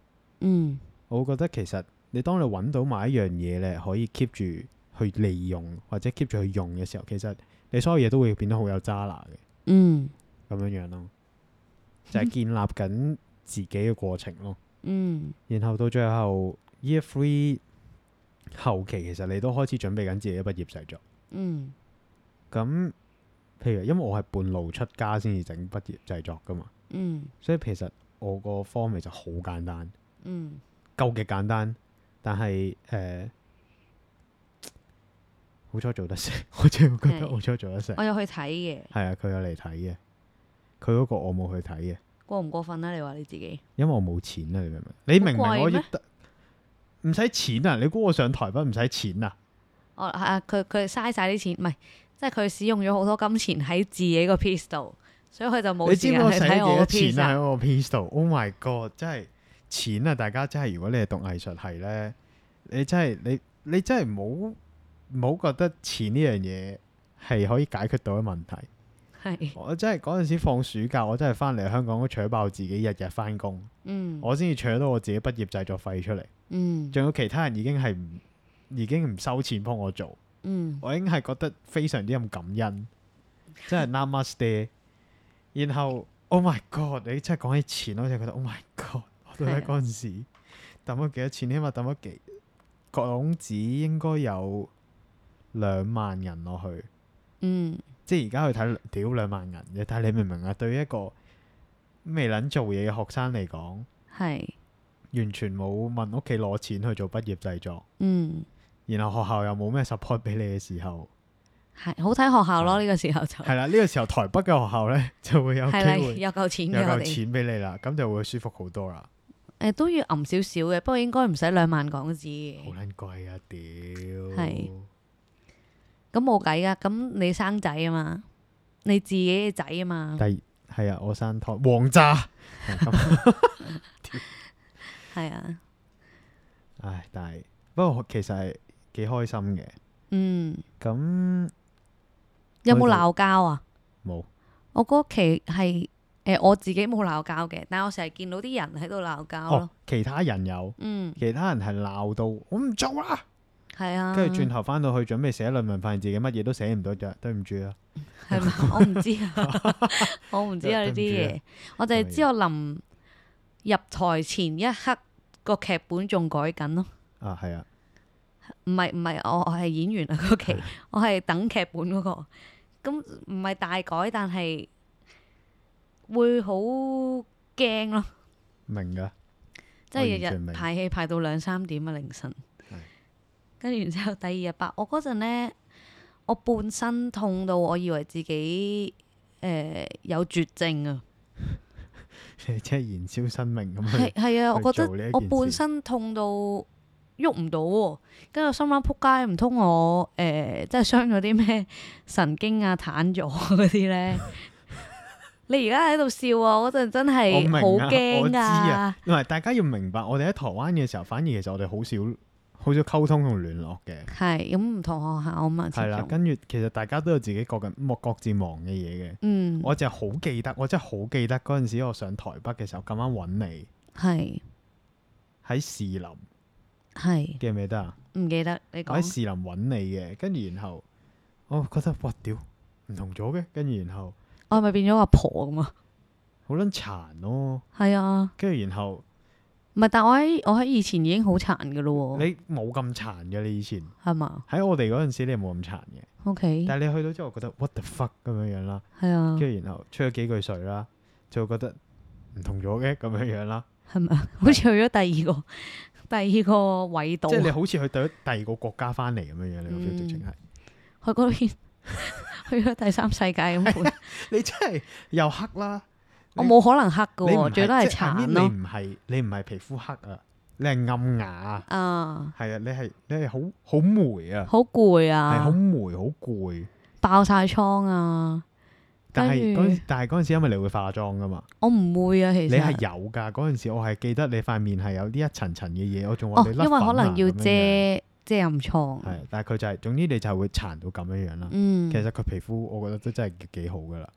嗯我會覺得其實你當你揾到某一樣嘢咧，可以 keep 住去利用或者 keep 住去用嘅時候，其實你所有嘢都會變得好有渣拿嘅。嗯咁樣樣咯，就係、建立緊自己嘅過程咯。嗯然後到最後 Year Three 後期，其實你都開始準備緊自己嘅畢業製作。嗯咁譬如因為我係半路出家先至整畢業製作噶嘛，嗯所以其實我個 form 其實好簡單，嗯夠極簡單，但係誒。呃好彩做得成， *laughs* 我真係覺得係好彩做得成。我有去睇嘅，係啊，佢有嚟睇嘅，佢嗰個我冇去睇嘅。過唔過分啊？你話你自己因為我冇錢啊，你明唔明？你明唔明好貴我咩要得唔使錢啊？你估我上台北唔使錢啊？哦係啊，佢佢嘥晒啲錢，唔係即係佢使用咗好多金錢喺自己個 piece 度，所以佢就冇你時知唔間知我去使睇我個咗幾多 piece 錢啊？啊。喺我 piece 度？Oh my god！真係錢啊！大家真係如果你係讀藝術系咧，你真係你你真係冇冇覺得錢呢樣嘢係可以解決到嘅問題。係我真係嗰陣時放暑假，我真係翻嚟香港都取爆自己，日日翻工，嗯我先至取到我自己畢業製作費出嚟。嗯仲有其他人已經係唔已經唔收錢幫我做。嗯我已經係覺得非常之咁感恩，真係 namaste。然後 oh my god，你真係講起錢，我就覺得 oh my god，我到底係啊嗰陣時抌咗幾多錢？起碼抌咗幾港紙應該有兩萬銀落去，嗯即係而家去睇屌兩萬銀嘅。但係你明唔明啊？對於一個未撚做嘢嘅學生嚟講，係完全冇問屋企攞錢去做畢業製作，嗯然後學校又冇咩 support 俾你嘅時候。係好睇學校咯，呢個時候 *laughs* 就係啦，呢、個時候台北嘅學校呢， *laughs* 就會有機係啦，會有夠錢有嘅我嚿哋。錢俾你啦，咁就會舒服好多啦。誒、都要揞少少嘅，不過應該唔使兩萬港紙好嘅，撚貴啊！屌，係咁冇計噶。咁你生仔啊嘛，你自己嘅仔啊嘛第，係啊，我生胎王炸， *laughs* 係咁係啊，唉，但係不過其實係幾開心嘅。嗯，咁有冇我就鬧交啊？冇我嗰期係誒、我自己冇鬧交嘅，但係我成日見到啲人喺度鬧交咯。哦，其他人有，嗯，其他人係鬧到我唔做啦，係啊。跟住轉頭翻到去準備寫論文，發現自己乜嘢都寫唔到嘅，對唔住啊！係咪？ *laughs* 我唔知啊， *laughs* 我唔知啊呢對唔啲住啊嘢。我就係知我臨入台前一刻個劇本仲改緊咯。啊，係啊，唔係唔係，我我係演員啊嗰期，我係等劇本嗰、個。咁唔係大改，但係會好驚咯。明噶，即係我完日全日明排戲排到兩三點啊凌晨係，跟住然之後第二日白，我嗰陣呢，我半身痛到我以為自己誒、呃有絕症啊， *laughs* 你即係燃燒生命咁係去係啊，我覺做呢得一我件半事身痛到喐唔到喎，跟住我心諗撲街，唔通我誒、呃即係傷咗啲咩神經啊癱咗嗰啲 *laughs* 呢？你而家喺度笑啊！我嗰陣真我係明啊好我驚知㗎啊，唔係大家要明白，我哋喺台灣嘅時候，反而其實我哋好少好少溝通同聯絡嘅。係咁唔同學校啊嘛，始係啦，終跟住其實大家都有自己各緊各各自忙嘅嘢嘅。嗯，我就係好記得，我真係好記得嗰陣時我上台北嘅時候咁啱揾你係喺士林，係記唔記得啊？唔記得你我喺講士林揾你嘅，跟住然後我覺得哇屌唔同咗嘅，跟住然後哦我係咪變咗阿婆咁啊？好撚殘咯，係啊，跟住然後唔係，但我喺我喺以前已經好殘噶咯喎，你冇咁殘嘅，你以前係嘛喺我哋嗰陣時你冇咁殘嘅， ？OK，但係你去到之後覺得 what the fuck 咁樣樣啦，係啊跟，住然後吹咗幾句水啦，就會覺得唔同咗嗯嘅咁樣樣啦，係咪啊？好似去咗第二個 *laughs* 第二個緯度，啊即係你去好似去到第二個國家翻嚟咁樣樣，你個嗯 feel 直情係。嗰邊 *laughs* 去咗第三世界咁本，你真係又黑啦， *laughs* 我冇可能黑噶你唔喎，最多係即 I mean，殘你咯。唔係你唔係皮膚黑啊，你係暗啞啊，啊，係啊，你係你係好好霉啊，好攰係好啊，霉好攰。爆晒瘡啊！但係嗰跟陣住但係嗰陣時，因為你會化妝噶嘛，我唔會啊，其你實係有㗎。嗰陣時我係記得你塊面係有呢一層層嘅嘢，我仲哦話，你因甩為粉啊可能要咁樣樣遮遮暗瘡。啊係，但係佢就係總之你就係會殘到咁樣樣啦。嗯，其實佢皮膚我覺得都真係幾 *laughs* 好㗎啦，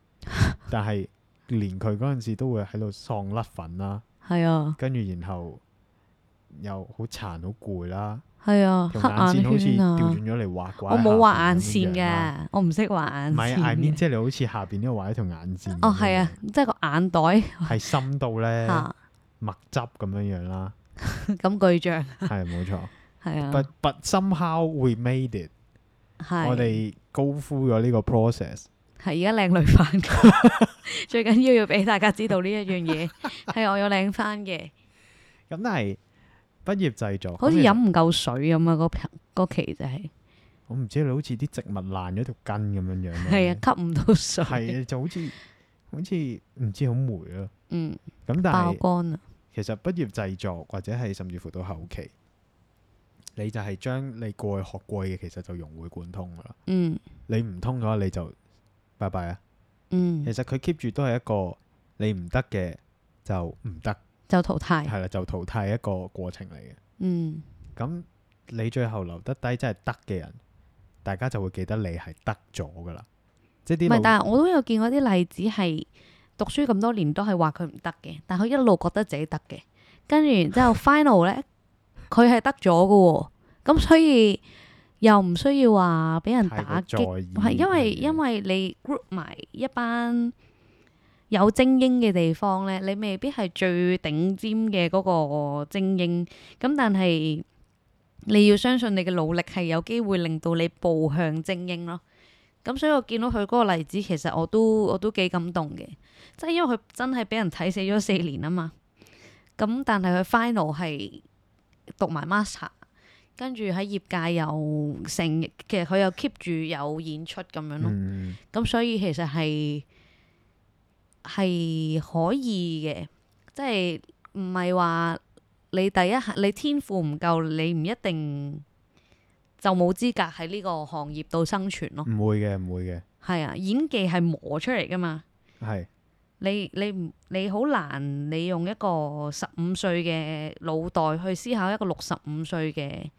但係連佢嗰陣時都會喺度喪甩粉啦。係啊，跟住然後又好殘好攰啦，係啊，用黑眼線好眼似圈啊。調轉咗嚟畫掛。我冇畫眼線。嘅，我唔識畫啊眼唔係，I mean 線嘅。即係你好似下邊呢個畫一條眼線。哦，係啊，，即係個眼袋係啊深到 *laughs* 咧嚇，墨汁咁樣樣啦，咁巨像，係 *laughs* 冇錯。係啊， But but somehow we made it，係我哋高呼咗呢個 process。係而家靚女翻， *laughs* 最緊要要俾大家知道呢一樣嘢 *laughs* 係我有靚翻嘅，咁但係畢業製作，好似哦咁其實飲唔夠水咁啊！嗰瓶嗰期就係我唔知你好似啲植物爛咗條根咁樣樣呢。係啊，吸唔到水， *laughs* 係啊就好似好似唔知好霉咯。嗯，咁但爆係。肝啊，其實畢業製作或者係甚至乎到後期，你就係將你過去學過嘅嘢其實就融會貫通噶啦。嗯你唔通嘅話，你就拜拜啊。其嗯，實佢 keep 住都係一個你唔得嘅就唔得，就淘汰，係啦就淘汰一個過程嚟嘅。嗯咁你最後留得低真係得嘅人，大家就會記得你係得咗噶啦。即係唔啲係，老但係我都有見過啲例子係讀書咁多年都係話佢唔得嘅，但佢一路覺得自己得嘅，跟住然之 *laughs* 後 final 咧，佢係得咗嘅喎，咁所以又唔需要話俾人太打過在擊，意係因為呢樣嘢因為你 group 埋一班有精英嘅地方咧，你未必係最頂尖嘅嗰個精英，咁但係。你要相信你嘅努力係有機會令到你步向精英咯。咁所以我見到佢嗰個例子，其實我都我都幾感動嘅，即係因為佢真係俾人睇死咗四年啊嘛。咁但係佢 final 係讀埋 master，跟住喺業界又成，其實佢又 keep 住有演出咁樣咯。嗯咁所以其實係係可以嘅，即係唔係話你第一下你天賦唔夠，你唔一定就冇資格喺呢個行業度生存咯。唔會嘅唔會嘅，係啊，演技係磨出嚟噶嘛。係你你唔你好難，你用一個十五歲嘅腦袋去思考一個六十五歲嘅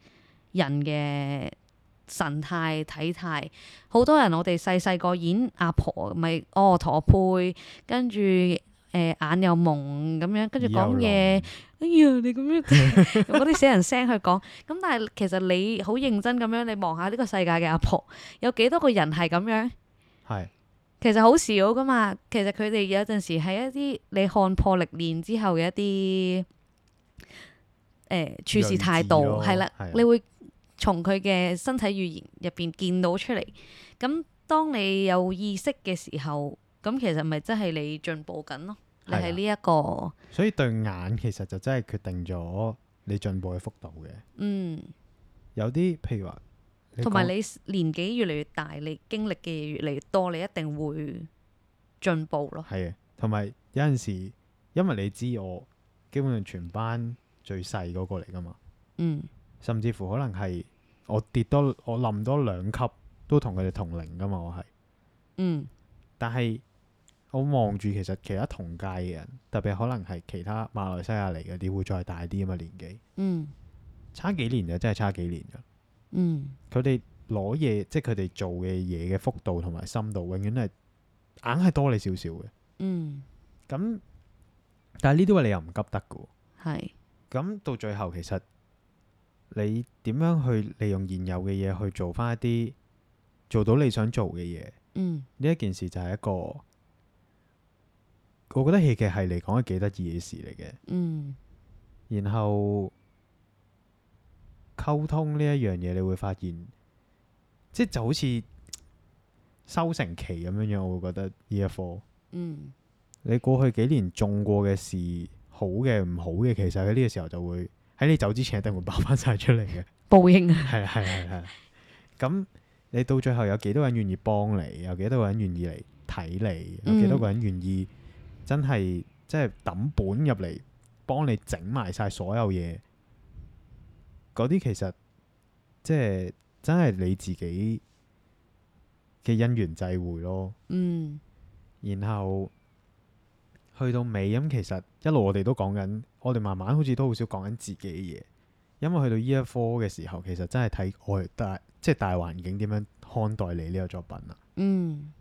人嘅神態體態。好多人我哋細細個演阿婆，咪哦駝背，跟住誒、呃眼又蒙咁樣，跟住講嘢。哎呀，你咁樣 *laughs* 用嗰啲死人聲去講，咁但係其實你好認真咁樣，你望下呢個世界嘅阿婆，有幾多個人係咁樣？係其實好少噶嘛。其實佢哋有陣時係一啲你看破歷練之後嘅一啲誒處事態睿智度，咯係啦係啊，你會從佢嘅身體語言入邊見到出嚟。咁當你有意識嘅時候，咁其實咪真係你進步緊咯。你係啊係呢一個所以對眼其實就真係決定咗你進步嘅幅度嘅。嗯。有啲譬如話，同埋講你年紀越嚟越大，你經歷嘅嘢越嚟越多，你一定會進步咯。係嘅，同埋有陣時，因為你知我基本上全班最細嗰個嚟㗎嘛，嗯，甚至乎可能係我跌多我冧多兩級都同佢哋同齡㗎嘛，我係。嗯，但係我望住其實其他同屆嘅人，特別可能係其他馬來西亞嚟嗰啲會再大啲啊嘛年紀，嗯，差幾年就真係差幾年㗎。嗯，佢哋攞嘢，即係佢哋做嘅嘢嘅幅度同埋深度，永遠都係硬係多你少少嘅。嗯，咁但係呢啲位你又唔急得嘅喎。係，咁到最後其實你點樣去利用現有嘅嘢去做翻一啲做到你想做嘅嘢？嗯，呢一件事就係一個，我覺得戲劇係嚟講係幾得意嘅事嚟嘅。嗯，然後溝通呢一樣嘢，你會發現，即係就好似收成期咁樣樣，我會覺得呢一科嗯，你過去幾年種過嘅事，好嘅唔好嘅，其實喺呢個時候就會喺你走之前一定會爆翻晒出嚟嘅。報應啊，係啊係啊係啊係啊。咁你到最後有幾多人願意幫你？有幾多個人願意嚟睇你？有幾多個人願意真係即係抌本入嚟幫你整埋晒所有嘢？嗰啲其實即係真係你自己嘅因緣際會咯。嗯，然後去到尾咁，其實一路我哋都講緊，我哋慢慢好似都好少講緊自己嘅嘢，因為去到呢一科嘅時候，其實真係睇我哋大即係大環境點樣看待你呢個作品啦。嗯，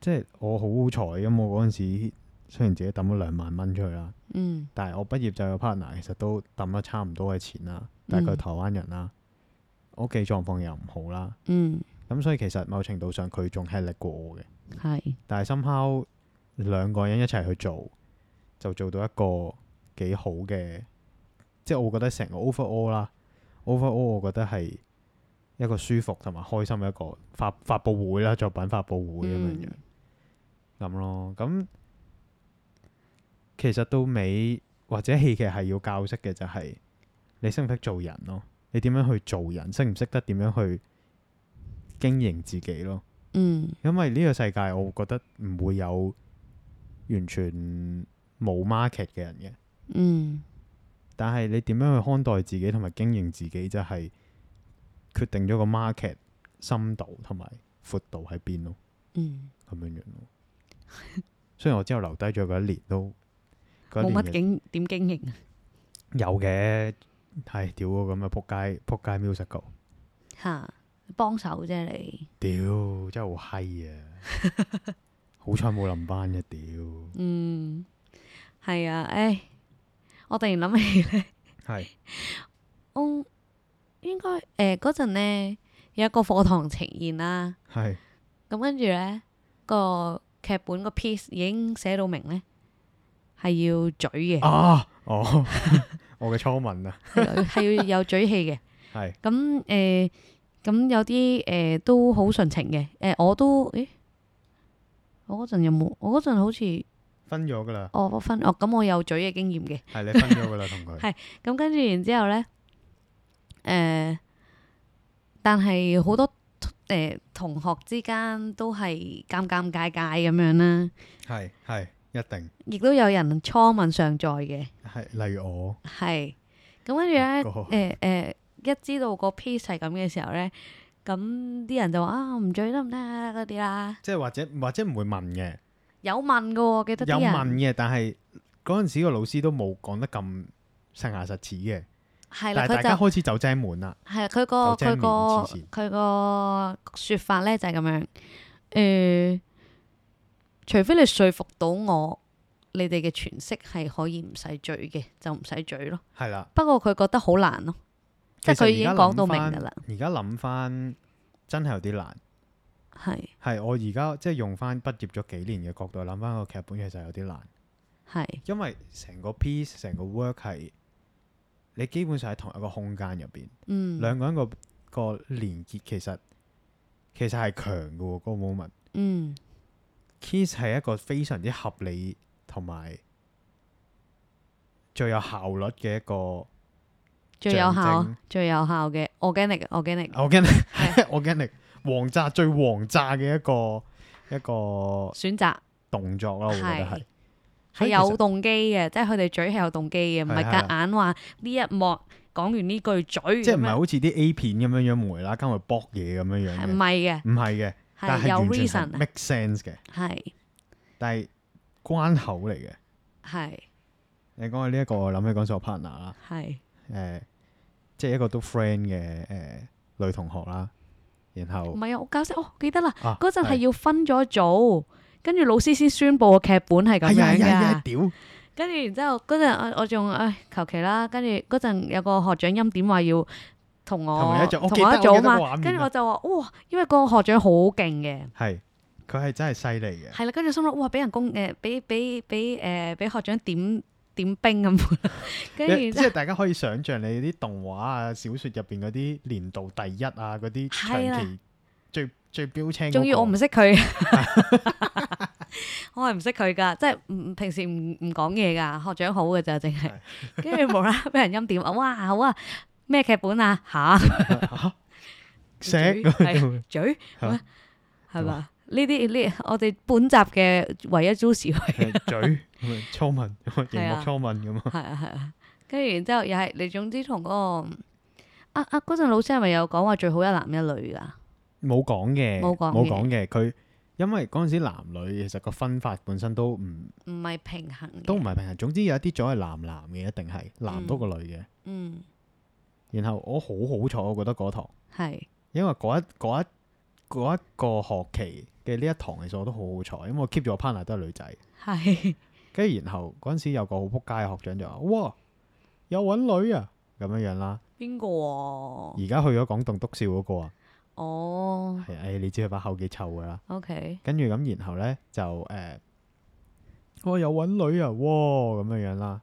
即係我好好彩咁，我嗰陣時雖然自己抌咗兩萬蚊出去啦，嗯，但係我畢業就有 partner，其實都抌咗差唔多嘅錢啦，但係佢嗯係台灣人啦，屋企狀況又唔好啦，嗯，咁所以其實某程度上佢仲吃力過我嘅。係，但係 somehow 兩個人一齊去做，就做到一個幾好嘅，即係我覺得成個 overall 啦，overall 我覺得係一個舒服同埋開心嘅一個發發佈會啦，作品發佈會咁樣樣嗯咁咯。咁其實到尾或者戲劇係要教識嘅就係、你識唔識做人咯，你點樣去做人，識唔識得點樣去經營自己咯。嗯，因為呢個世界，我覺得唔會有完全冇 market 嘅人嘅。嗯，但係你點樣去看待自己同埋經營自己，就係決定咗個 market 深度同埋闊度喺邊咯，嗯，咁樣樣咯。雖然我之後留低咗嗰一年都，嗰一冇乜年嘅經點經營啊，有嘅，係屌我咁嘅仆街仆街 musical，嚇，幫手啫你，屌真係好閪啊！好彩冇冧班嘅屌， *laughs* 嗯，係啊，誒，我突然諗起咧。係 *laughs* 我應該誒嗰陣咧有一個課堂呈現啦，係咁跟住咧個劇本個 piece 已經寫到明咧係要嘴 *laughs* 嘅，啊！哦，我嘅初吻啊，係要係要有嘴氣嘅。係咁誒咁有啲誒、呃都好純情嘅，誒、呃我都誒我嗰陣有冇？我嗰陣好似分咗噶啦，我我分哦咁我有嘴嘅經驗嘅。係你分 *laughs* 咗噶啦，同佢係咁跟住然之後咧，誒、但係好多誒、同學之間都係尷尷尬尬咁樣啦，係係一定亦都有人初吻尚在嘅，係，例如我係咁跟住咧，誒個 *laughs* 誒、一知道個 piece 係咁嘅時候咧，咁啲人就話啊唔醉得唔得啊嗰啲啦，即係或者或者唔會問嘅，有問噶喎，記得有啲問人嘅，但係嗰陣時個老師都冇講得咁實牙實齒嘅，係啦，佢但係大就家開始走精門啦，係啊佢個就真佢面個黐線佢個説法咧就係咁樣，誒、除非你說服到我，你哋嘅詮釋係可以唔使醉嘅，就唔使醉咯。係啦。不過佢覺得好難咯，即係其實佢已經而家諗講到明返㗎啦，而家諗翻真係有啲難，係係我而家即係用翻畢業咗幾年嘅角度諗翻個劇本，其實有啲難，係因為成個 piece 成個 work 係你基本上喺同一個空間入邊，嗯兩個人個個連結其實其實係強嘅喎，嗰、個 moment。嗯 Kiss 係一個非常之合理同埋最有效率嘅一個最有象效徵哦最有效嘅 organic organic organic *laughs* 係 organic 王炸最王炸嘅一個一個選擇。動作哦咯，我覺得係係所係以其實有動機嘅，即係佢哋嘴係有動機嘅，唔係係係夾硬話呢一幕講完呢句嘴，即係唔係好似啲 A 片咁樣樣無啦啦跟佢搏嘢咁樣樣係唔嘅，係嘅，唔係嘅，但係係有完全係 reason，啊 make sense 嘅，係但係關口嚟嘅。係你講起呢一個，我諗起嗰陣時我 partner 啦。係誒、即係一個都 friend 嘅誒女同學啦。然唔後係啊？我教識哦，記得啦，啊嗰陣係要分咗組，跟住老師先宣佈個劇本係咁係啊樣係啊係㗎。啊屌！跟住然之後嗰陣我我仲唉求其啦，跟住嗰陣有個學長欽點話要同我同你一組我記我得一組我記得個畫嘛，面跟住啊我就話哇，因為個學長好勁嘅。係佢係真係犀 *laughs* 利嘅。係啦，跟住心諗哇，俾人攻誒，俾俾俾誒，俾學長點點兵咁，跟你住 *laughs* 即係大家可以想象你啲動畫啊、小説入邊嗰啲年度第一啊、嗰啲係啦長期最最標青嗰個。仲要我唔識佢， *laughs* 我係唔識佢噶，即係唔平時唔唔講嘢噶，學長好嘅咋，淨係跟住無啦啦俾人欽點，哇好啊，咩劇本啊吓 *laughs* 石嘴係嘴嚇咩係嘛？呢啲呢，我哋本集嘅唯一 juice 係嘴咁樣初吻，熒係幕啊初吻咁啊。係啊係啊，跟住然之後又係你總之同嗰、個啊啊嗰陣老師係咪有講話最好一男一女㗎？冇講嘅，冇講冇講嘅。佢因為嗰陣時男女其實個分法本身都唔唔係平衡嘅都唔係平衡。總之有一啲組係男男嘅，一定係男多過女嘅。嗯然後我好好彩，我覺得嗰堂，係因為嗰一嗰一嗰一個學期嘅呢一堂，其實我都好好彩，因為我 keep 住我 partner 都係女仔。 *laughs* 係跟住然後嗰陣時有個好撲街嘅學長就話：哇，有揾女啊！咁樣樣啦。邊個啊？而家去咗廣東篤笑嗰個啊，哦係誒、唉你知佢把口幾臭㗎啦。 ，OK，跟住咁，然後咧就誒，呃我、有揾女啊，喎咁樣樣啦。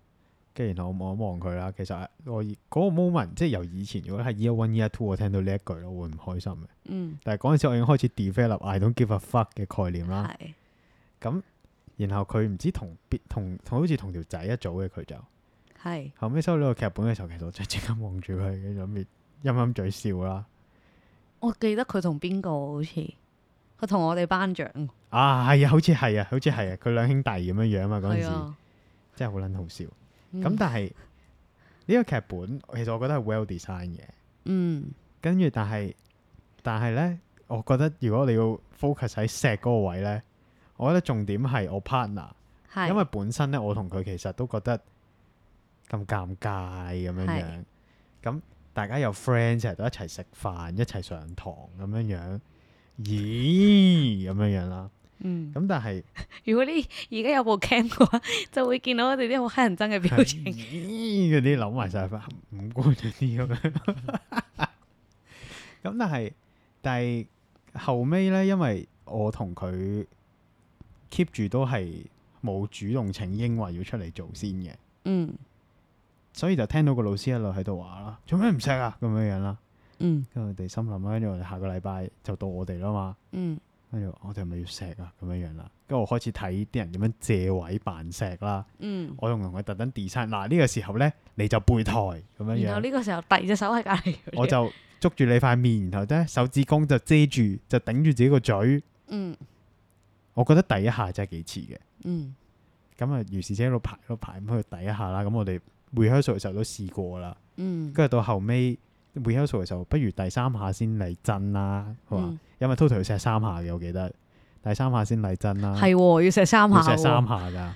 跟住然後我望一望佢啦，其實我嗰個 moment 即係由以前如果係 year one year two，我聽到呢一句咯，會唔開心嘅。嗯但係嗰陣時我已經開始 develop I don't give a fuck 嘅概念啦。係咁然後佢唔知同邊同同好似同條仔一組嘅佢就係後尾收到個劇本嘅時候，其實我真係即刻望住佢，跟住諗住陰陰嘴笑啦。我記得佢同邊個好似佢同我哋班長啊，係啊，好似係啊，好似係啊，佢兩兄弟咁樣樣嘛，嗰陣係時啊，嗯真係好撚好笑。咁咁但係呢個劇本其實我覺得係 well design 嘅，嗯跟住但係但係咧，我覺得如果你要 focus 喺石嗰個位咧，我覺得重點係我 partner，係因為本身咧我同佢其實都覺得咁尷尬咁樣樣係，咁大家有 friend 成日都一齊食飯，一齊上堂咁樣樣，咦咁樣樣啦，嗯，咁但係如果呢而家有部 cam 嘅話，就會見到我哋啲好乞人憎嘅表情。咦嗰啲扭埋晒五官嗰啲咁樣。 *laughs* 咁但係但係後尾咧，因為我同佢 keep 住都係冇主動請纓話要出嚟做先嘅，嗯所以就聽到個老師一路喺度話啦：做咩唔識啊？咁樣樣啦。嗯跟住我哋心諗啦，跟住我哋下個禮拜就到我哋啦嘛。嗯跟住我哋係咪要錫啊？咁樣樣啦。跟住我開始睇啲人點樣借位扮錫啦。嗯，我仲同佢特登 design 嗱呢個時候咧，你就背台咁樣然後樣，呢個時候第二隻手喺隔離，啊我就捉住你塊面，然後咧手指公就遮住，就頂住自己個嘴。嗯我覺得第一下真係幾似嘅。嗯咁啊，如是者一路排一路排咁去第一下啦。咁我哋 rehearsal 嘅時候都試過啦。嗯跟住到後尾 rehearsal 嘅時候，不如第三下先嚟真啦，係嘛？嗯因為 total 要錫三下嘅，我記得第三下先嚟真啦，係喎，要錫三啊要下錫三喎，下㗎。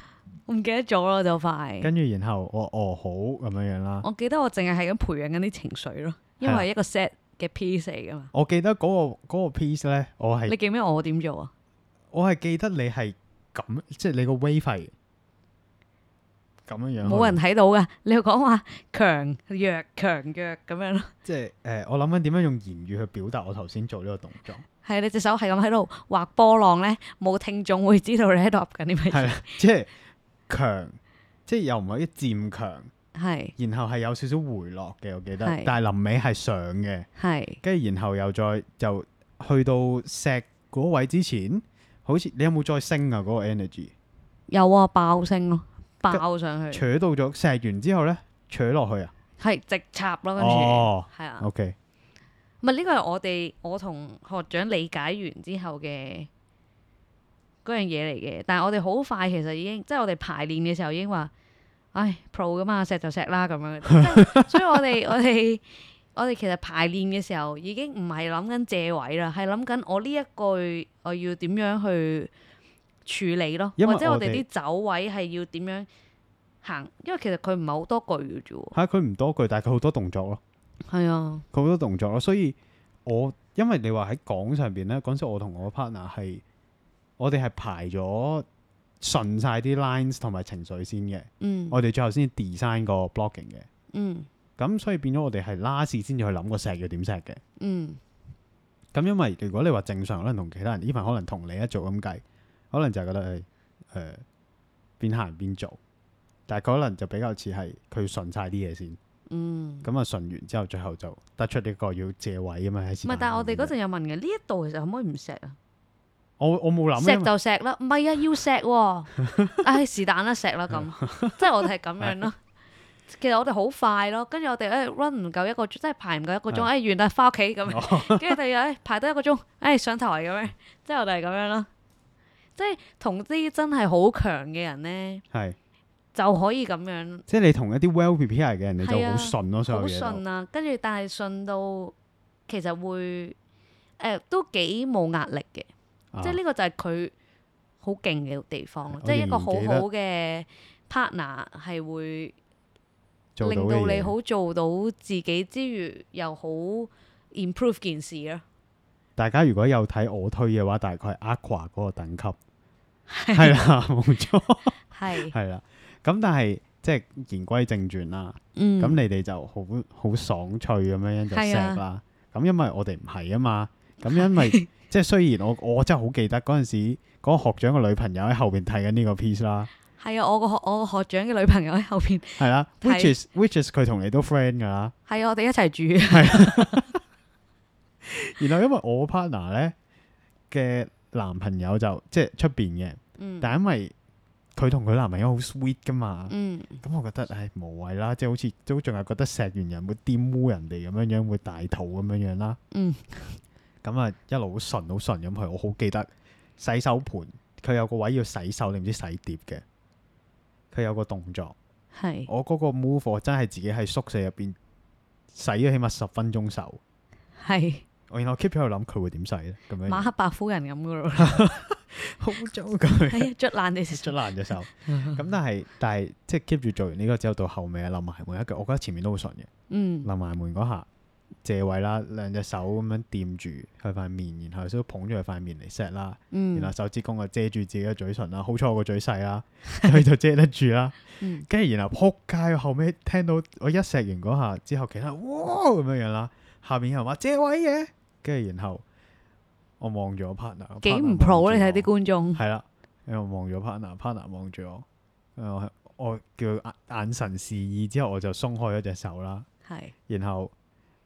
我唔記得咗啦就快。跟住然後我哦好咁樣樣啦。我記得我淨係係咁培養緊啲情緒咯，因為啊係一個 set 嘅 piece 嚟噶嘛。我記得嗰、個嗰個 piece 咧，我你係記唔記得我點做啊？我係記得你係咁，即係你個 wave 係咁樣樣。冇人，睇到噶，你要講話強弱強弱咁樣咯。即係誒、呃我諗緊點樣用言語去表達我頭先做呢個動作。 *laughs* 係你隻手係咁喺度畫波浪咧，冇聽眾會知道你喺度噏緊啲乜係嘢。啦，即係強，即係又唔係一漸強，係然後係有少少回落嘅，我記得係。但係臨尾係上嘅，係跟住然後又再就去到石嗰位之前，好似你有冇再升啊？嗰、個 energy 有啊，爆聲咯，爆上去扯到咗石完之後咧，扯落去啊？係直插咯，跟住哦係啊。 ，OK，唔係呢個係我哋我同學長理解完之後嘅嗰樣嘢嚟嘅，但係我哋好快其實已經即係我哋排練嘅時候已經話，唉 pro 噶嘛，錫就錫啦咁樣，即係 *laughs* 所以我哋我哋我哋其實排練嘅時候已經唔係諗緊借位啦，係諗緊我呢一句我要點樣去處理咯，因為或者我我哋哋啲走位係要點樣行，因為其實佢唔係好多句嘅啫喎，嚇佢唔多句，但係佢好多動作咯，係啊，佢好多動作咯，所以我因為你話喺講上邊咧，嗰陣時我同我 partner 係我哋係排咗順晒啲 lines 同埋情緒先嘅。嗯我哋最後先 design 個 blocking 嘅，嗯咁所以變咗我哋係 last 先至去諗個石要點石嘅。嗯咁因為如果你話正常，可能同其他人，even 可能同你一組咁計，可能就係覺得誒誒、呃、邊行邊做，但係佢可能就比較似係佢順晒啲嘢先，嗯。咁啊順完之後，最後就得出呢個要借位咁啊嘛喺唔前。係，但係我哋嗰陣有問嘅，呢一度其實可唔可以唔錫啊？我我冇諗，因錫為就錫啦，唔係啊，要錫 *laughs* 喎。唉，是但啦，錫啦啊咁，即係我哋係咁樣咯。其實我哋好快咯，跟住我哋誒 run 唔夠一個鐘，即係排唔夠一個鐘，誒係哦完啦，翻屋企咁樣。跟住第二日誒排多一個鐘，誒上台咁樣，即係我哋係咁樣咯。即係同啲真係好強嘅人咧，係就可以咁樣即係你同一啲 well prepared 嘅人，你就係啊好順咯，所好有嘢都順啊。跟住但係順到其實會誒、都幾冇壓力嘅。啊即係呢個就係佢好勁嘅地方咯我，即係一個好仍然好嘅 partner 係會做令嘅到你嘢好做到自己之餘，又好 improve 件事咯。大家如果有睇我推嘅話，大概係 Aqua 嗰個等級係啦，冇錯 *laughs* 係，係啦。咁但係即係言歸正傳啦。嗯，咁、你哋就好好爽脆咁樣樣就係啊錫啦。咁因為我哋唔係啊嘛。咁因為 *laughs* 即係雖然我我真係好記得嗰陣時嗰、個學長嘅女朋友喺後邊睇緊呢個 piece 啦，係啊，我個學我個學長嘅女朋友喺後邊，係啦係，which is which is 佢同你都 friend 㗎啦。 *laughs* 係啊，我哋一齊住， *laughs* 然後因為我 partner 咧嘅男朋友就即係出邊嘅，嗯但因為佢同佢男朋友好 sweet 㗎嘛。嗯，咁我覺得唉無謂啦，即係好似都仲係覺得錫完人會玷污人哋咁樣樣，會大肚咁樣樣啦。嗯。咁啊一路好順好順咁去，我好記得洗手盤，佢有個位要洗手，你唔知洗碟嘅。佢有個動作，係我嗰個 move 我真係自己喺宿舍入邊洗咗起碼十分鐘手，係我然後 keep 咗喺度諗佢會點洗咧，咁樣馬樣克白夫人咁噶 *laughs* 咯，好糟咁樣係啊，捽爛你 *laughs* 捽隻爛隻手。咁但係但係即係 keep 住做完呢個之後，到後尾啊，臨埋每一腳，我覺得前面都好順嘅。嗯，臨埋門嗰下借位啦，兩隻手咁樣掂住佢塊面，然後都捧住佢塊面嚟錫啦，嗯然後手指公啊遮住自己嘅嘴唇啦，好彩我個嘴細啦， *laughs* 佢就遮得住啦。嗯跟住然後撲街，後尾聽到我一錫完嗰下之後，其他人哇咁樣樣啦，下面有人話借位嘅，跟住然後我望住我 partner，我幾 partner 唔 pro 望咧？住睇啲我觀眾，係啦，因為我望咗 partner，partner 望住我，我我叫佢眼眼神示意之後，我就鬆開咗隻手啦。係，然後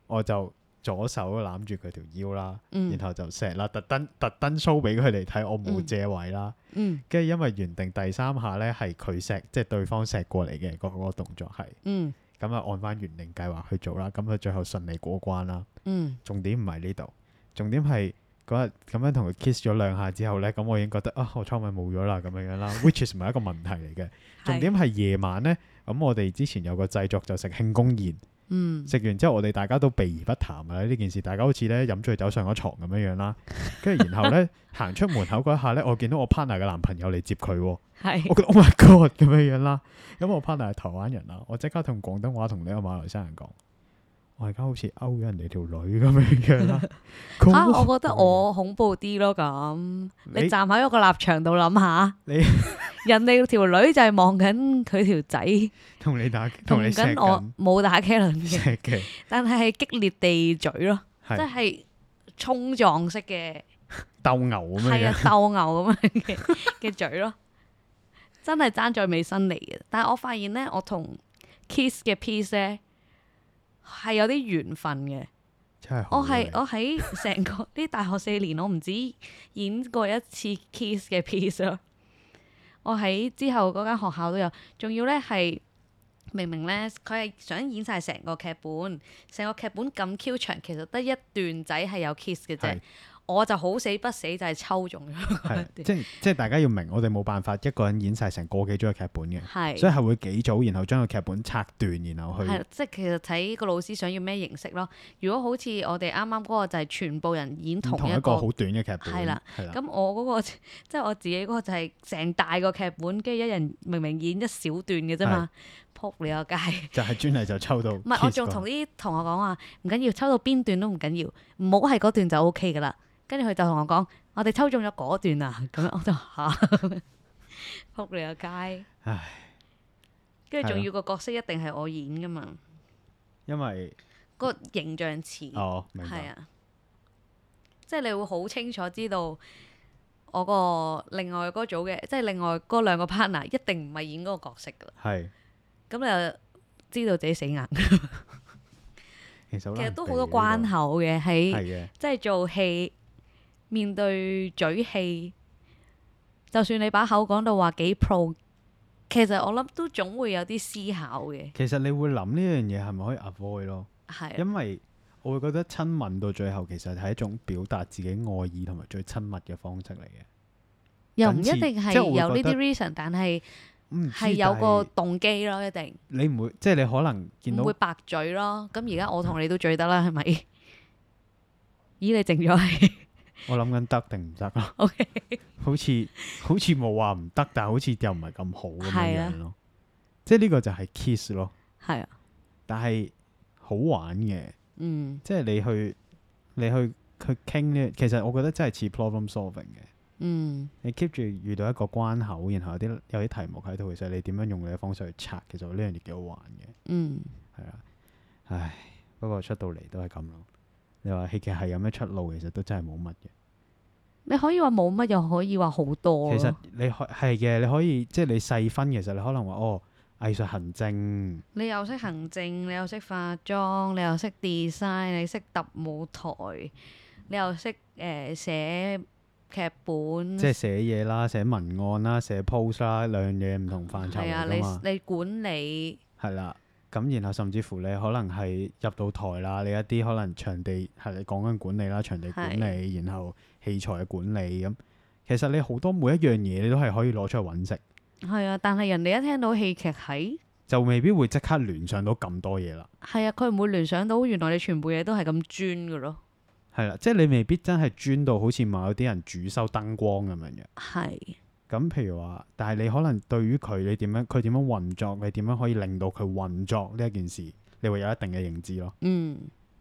我就左手攬住佢條腰啦，嗯然後就錫啦，特登特登 show 俾佢哋睇，我冇嗯借位啦。嗯跟住因為原定第三下咧係佢錫，即係對方錫過嚟嘅嗰嗰個動作係，嗯咁啊按翻原定計劃去做啦，咁啊最後順利過關啦。嗯，重點唔係呢度，重點係嗰日咁樣同佢 kiss 咗兩下之後咧，咁我已經覺得啊我倉位冇咗啦咁樣 *laughs* 樣啦，which is 唔係一個問題嚟嘅。重係點係夜晚咧，咁我哋之前有個製作就食慶功宴。嗯，食完之後，我哋大家都避而不談㗎啦。呢件事大家好似咧飲醉酒上咗床咁樣樣啦。跟住然 *laughs* 後咧行出門口嗰一下咧，我見到我 partner 嘅男朋友嚟接 *laughs* 佢喎，我係覺得 Oh my God 咁樣樣啦。咁我 partner 係台灣人啊啦，我即刻同廣東話同呢個馬來西亞人講，我而家好似勾咗人哋條女咁樣 *laughs* 樣啦。佢啊，話我覺得我恐怖啲咯咁。你你站喺一個立場度諗下，你 *laughs* 人哋條女就係望緊佢條仔，同你打同同你錫緊我緊冇打茄輪嘅，錫嘅，但係係激烈地嘴咯，即係係衝撞式嘅，鬥牛咁係樣啊樣。鬥牛咁樣嘅 *laughs* 嘅嘴咯，真係爭在未伸嚟嘅。但係我發現咧，我同 kiss 嘅 piece 咧係有啲緣分嘅。真係好我係嘅我喺成 *laughs* 個呢大學四年，我唔止演過一次 Kiss 嘅 piece 咯。我喺之後嗰間學校都有，仲要咧係明明咧佢係想演晒成個劇本，成個劇本咁 Q 長，其實得一段仔係有 kiss 嘅啫係。我就好死不死就係抽中咗嗰係一即係即係大家要明，我哋冇辦法一個人演晒成個幾鐘嘅劇本嘅。段，所係以 *laughs* 係會幾早，然後將個劇本拆斷，然後去係即係其實睇個老師想要咩形式咯。如果好似我哋啱啱嗰個就係全部人演同同一一個個好短嘅劇本，係啦，係啦，咁我嗰、個 *laughs* 即係我自己嗰個就係成大個劇本，跟住一人明明演一小段嘅啫嘛，撲你個街！就係專係就抽到 kiss 唔嗰個。係，我仲同啲同學講話唔緊要，抽到邊段都唔緊要，唔好係嗰段就 O K 噶啦。跟住佢就同我講：我哋抽中咗嗰段啊！咁樣我就嚇， *laughs* 撲你個街！唉，跟住仲係要個角色一定係我演噶嘛，因為個形象詞。哦，明係白，啊，即係你會好清楚知道我個另外嗰組嘅，即係另外嗰兩個 partner 一定唔係演嗰個角色噶啦。係咁你就知道自己死硬。其其實實難都避好多呢關個口嘅，係喺嘅，即係做戲面對嘴戲，就算你把口講到話幾 pro，其實我諗都總會有啲思考嘅，其實你會諗呢樣嘢係咪可以 avoid 咯？係啊因為我會覺得親吻到最後其實係一種表達自己愛意同埋最親密嘅方式嚟嘅。又唔一僅此定係即係我會有呢覺啲得 reason，但係嗯，係知有但個係動機咯，一定。你唔會，即係你可能見唔到會白嘴咯。咁而家我同你都嘴得啦，係咪？咦，你靜咗 *laughs* 係我諗緊得定唔得 *laughs* 咯？？OK，好似好似冇話唔得，但係好似又唔係咁好咁樣係啊樣咯。即係呢個就係 kiss 咯，係啊，但係好玩嘅，嗯即係你去你去去傾呢，其實我覺得真係似 problem solving 嘅。嗯，你 keep 住遇到一個關口，然後有啲有啲題目喺度，其實你點樣用你嘅方式去拆，其實呢樣嘢幾好玩嘅，嗯，係啊。唉，不過出到嚟都係咁咯。你話戲劇係有咩出路，其實都真係冇乜嘅。你可以話冇乜，又可以話好多咯。其實你可係嘅，你可以即係你細分，其實你可能話哦，藝術行政你又識行政，你又識化妝，你又識 design，你識揼舞台，你又識誒、呃、寫劇本，即係寫嘢啦、寫文案啦、寫 post 啦，兩樣嘢唔同範疇係啊，嚟㗎嘛，你你管理係啦。咁然後甚至乎你可能係入到台啦，你一啲可能場地係你講緊管理啦，場地管理，然後器材嘅管理咁。其實你好多每一樣嘢你都係可以攞出去揾食，係啊，但係人哋一聽到戲劇係就未必會即刻聯想到咁多嘢啦。係啊，佢唔會聯想到原來你全部嘢都係咁專嘅咯，係啦，即係你未必真係專到好似某啲人主修燈光咁樣嘅。係咁譬如話，但係你可能對於佢你點樣佢點樣運作，你點樣可以令到佢運作呢一件事，你會有一定嘅認知咯。嗯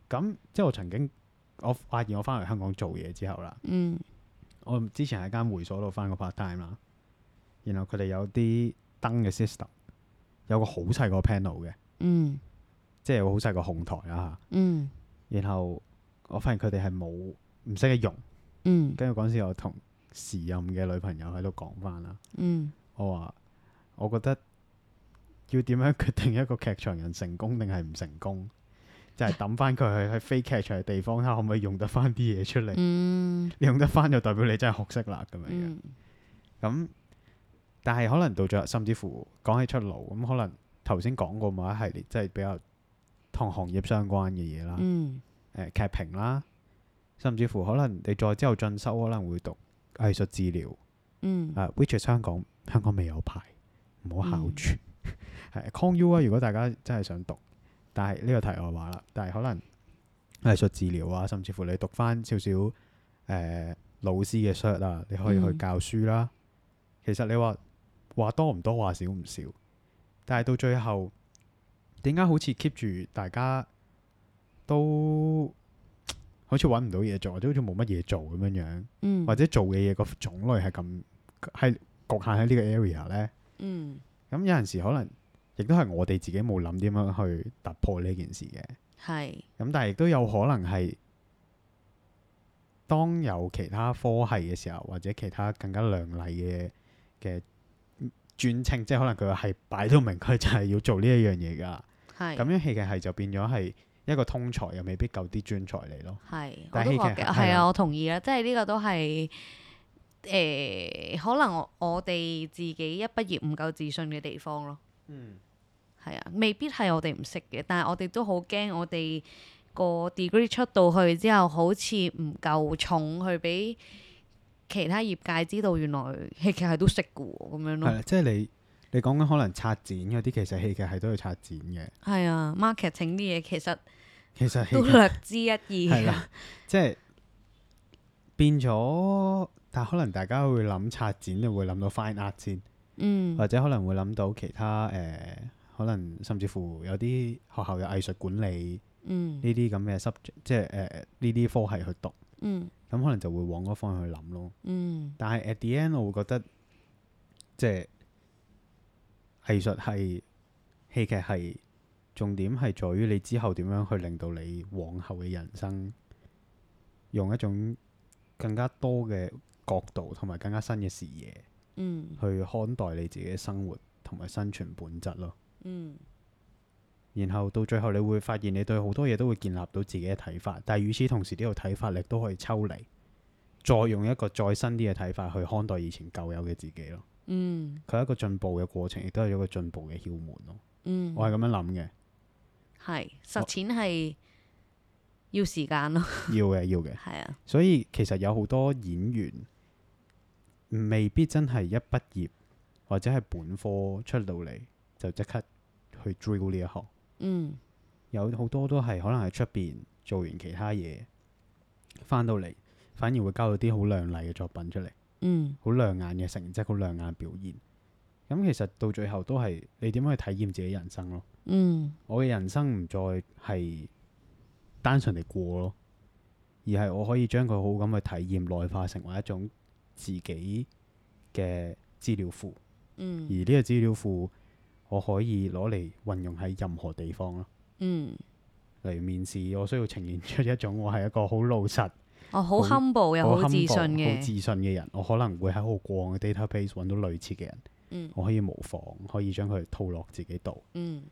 咁即係我曾經我發現我翻嚟香港做嘢之後啦，嗯。我之前喺間會所度翻過 part time 啦，然後佢哋有啲燈嘅 system，有個好細個 panel 嘅，嗯即係有個好細個控台啦嗯嚇。然後我發現佢哋係冇唔識得用，嗯跟住嗰陣時我同時任嘅女朋友喺度講翻啦。嗯我話我覺得要點樣決定一個劇場人成功定係唔成功，就係抌翻佢去喺 *laughs* 非劇場嘅地方，睇下可唔可以用得翻啲嘢出嚟。嗯你用得翻就代表你真係學識啦咁樣嘅。咁、嗯但係可能到最後，甚至乎講起出路，咁可能頭先講過某一系列，即係比較同行業相關嘅嘢啦，誒、嗯劇評啦，甚至乎可能你再之後進修，可能會讀藝術治療。嗯啊，which is 香港香港未有牌，唔好考嗯 *laughs* 住。係 con U 啊，如果大家真係想讀，但係呢個題外話啦，但係可能藝術治療啊，甚至乎你讀翻少少誒老師嘅 shut 啊，你可以去嗯教書啦。其實你話話多唔多，話少唔少，但係到最後點解好似 keep 住大家都好似揾唔到嘢做，或者好似冇乜嘢做咁樣樣，嗯或者做嘅嘢個種類係咁係局限喺呢個 area 咧？嗯咁有陣時可能亦都係我哋自己冇諗點樣去突破呢件事嘅。係咁但係亦都有可能係當有其他科系嘅時候，或者其他更加亮麗嘅嘅轉稱，即係可能佢係擺到明佢就係要做呢一樣嘢㗎。係咁樣戲劇系就變咗係一個通才，又未必夠啲專才嚟咯。係，我但都戲劇覺嘅，係係啊啊，我同意啦，即係呢個都係誒、可能我我哋自己一畢業唔夠自信嘅地方咯。嗯係啊，未必係我哋唔識嘅，但係我哋都好驚我哋個 degree 出到去之後，好似唔夠重去俾其他業界知道，原來戲劇係都識嘅喎，咁樣係咯。啦，即係你你講緊可能策展嗰啲，其實戲劇系都要策展嘅。係啊，marketing 啲嘢其實其實戲都劇略知一二啊係啦，即係變咗，但可能大家會諗策展，你會諗到 fine art 先，嗯，或者可能會諗到其他誒、呃可能甚至乎有啲學校有藝術管理嗯，呢啲咁嘅 subject，即係誒呢啲科系去讀，嗯，咁可能就會往嗰方向去諗咯。嗯，但係 at the end，我會覺得即係藝術係戲劇係重點係在於你之後點樣去令到你往後嘅人生用一種更加多嘅角度同埋更加新嘅視野嗯，去看待你自己嘅生活同埋生存本質咯。嗯，然後到最後，你會發現你對好多嘢都會建立到自己嘅睇法，但係與此同時，呢個睇法你都可以抽離，再用一個再新啲嘅睇法去看待以前舊有嘅自己咯。嗯，佢係一個進步嘅過程，亦都係一個進步嘅竅門咯。嗯，我係咁樣諗係實踐係要時間咯，嘅，要嘅，要 *laughs* 嘅。係啊，所以其實有好多演員未必真係一畢業或者係本科出到嚟就即刻去 drill 呢一行，嗯，有好多都係可能喺出邊做完其他嘢，翻到嚟反而會交到啲好亮麗嘅作品出嚟，嗯，好亮眼嘅成績，好亮眼嘅表現。咁其實到最後都係你點樣去體驗自己人生咯。嗯，我嘅人生唔再係單純地過咯，而係我可以將佢好好咁去體驗，內化成為一種自己嘅資料庫。而嗯，呢個資料庫，我可以攞嚟運用喺任何地方咯。嗯。例如面試，我需要呈現出一種我係一個好老實、哦，好好 humble 又好自信 humble 好嘅，自信嘅人。我可能會喺我過往嘅 database 揾到類似嘅人，嗯我可以模仿，可以將佢套落自己度嗯，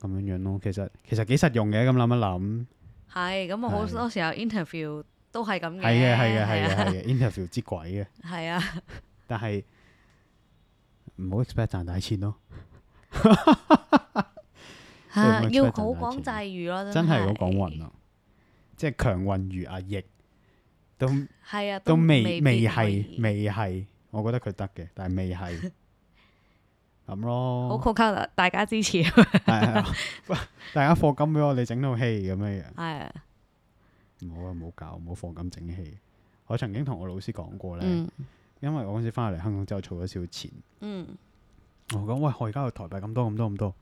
咁樣樣咯。其實其實幾實用嘅，咁諗一諗。係咁我好係多時候 interview 都係咁啊嘅，係嘅，係嘅，係係嘅，啊，係嘅，interview 之鬼嘅，係 *laughs* 啊，但係唔好 expect 賺大錢咯，嚇啊要好即係唔好 expect 人打講錢際遇咯，真係係好講運啊！即係強運如阿翼，都係啊，都未未未必係會未係，我覺得佢得嘅，但係未係咁好咯。酷卡啦，大家支 *laughs* 持，係係係啊 *laughs* 大家課金俾我，你整套戲咁樣樣，係啊，唔好啊，唔好搞，唔好課金整戲。我曾經同我老師講過咧，嗯因為我嗰時翻嚟香港之後儲咗少少錢。嗯我講喂，我而家有台幣咁多咁多咁多，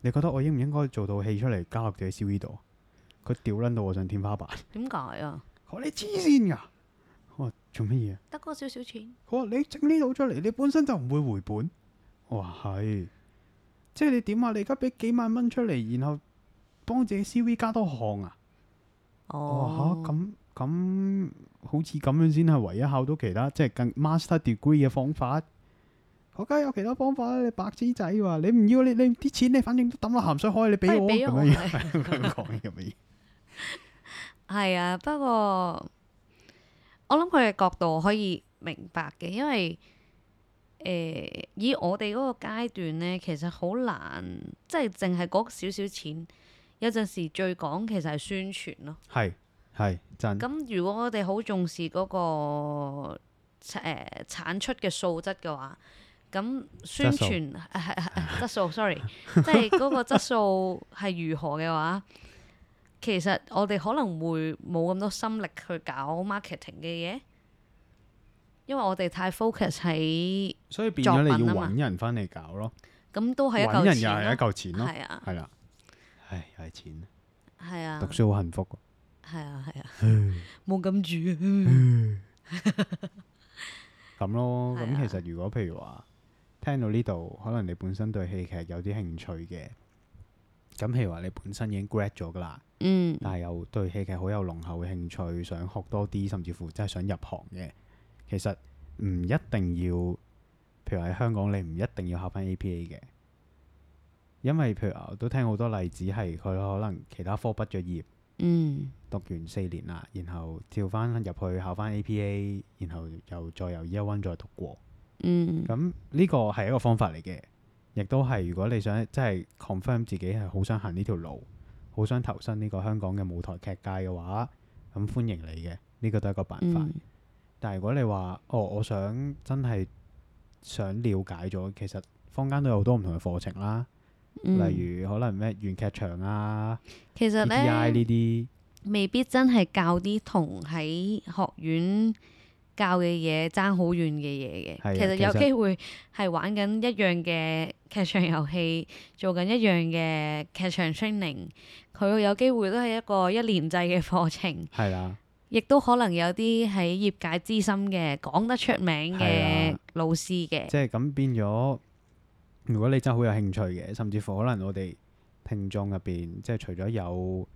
你覺得我應唔應該做套戲出嚟加落自己 CV 度？啊佢屌撚到我上天花 *laughs* 板，點解啊？我話你黐線㗎！我話做乜嘢？得嗰少少錢，佢話你整呢度出嚟，你本身就唔會回本。我話係，即係你點啊？你而家俾幾萬蚊出嚟，然後幫自己 CV 加多項啊？我話哦吓，咁咁好似咁樣先係唯一考到其他即係更 master degree 嘅方法。我梗係有其他方法啦，你白痴仔喎！你唔要你你啲錢，你反正都抌落鹹水海，你哎俾不如我俾我咁樣 *laughs* 樣，咁樣講嘅咪係啊，不過我諗佢嘅角度可以明白嘅，因為誒、呃以我哋嗰個階段呢，其實好難，即係淨係嗰少少錢，有陣時最講其實係宣傳咯。係係真咁如果我哋好重視嗰、個誒、呃、產出嘅素質嘅話，咁宣質素傳係係 *laughs* 係質素，sorry，即係嗰個質素係如何嘅話，其實我哋可能會冇咁多心力去搞 marketing 嘅嘢，因為我哋太 focus 喺所以變咗你作品要啊嘛揾人翻嚟搞咯，咁都係一揾嚿人又錢係一咯，嚿錢咯，係啊，係啦，唉，又係錢，係讀啊，書好幸福啊，係啊，係啊，冇咁住啊。咁咯，係啊咁其實如果譬如話聽到呢度，可能你本身對戲劇有啲興趣嘅，咁譬如話你本身已經 grad 咗噶啦，嗯，但係又對戲劇好有濃厚嘅興趣，想學多啲，甚至乎真係想入行嘅，其實唔一定要，譬如話喺香港你唔一定要考翻 APA 嘅，因為譬如話我都聽好多例子係佢可能其他科畢咗業。嗯，讀完四年啦，然後跳翻入去考翻 APA，然後又再由 Year One 再讀過。嗯，咁呢個係一個方法嚟嘅，亦都係如果你想即係 confirm 自己係好想行呢條路，好想投身呢個香港嘅舞台劇界嘅話，咁歡迎你嘅，呢個都係一個辦法。嗯，但係如果你話哦，我想真係想了解咗，其實坊間都有好多唔同嘅課程啦，嗯例如可能咩原劇場啊、其實咧，PTI 呢啲。未必真係教啲同喺學院教嘅嘢爭好遠嘅嘢係啊嘅。其實有其實機會係玩緊一樣嘅劇場遊戲，做緊一樣嘅劇場 training，佢有機會都係一個一年制嘅課程，係啦，亦都可能有啲喺業界資深嘅講得出名係嘅啊老師嘅。即係咁變咗，如果你真係好有興趣嘅，甚至乎可能我哋聽眾入邊，即係除咗有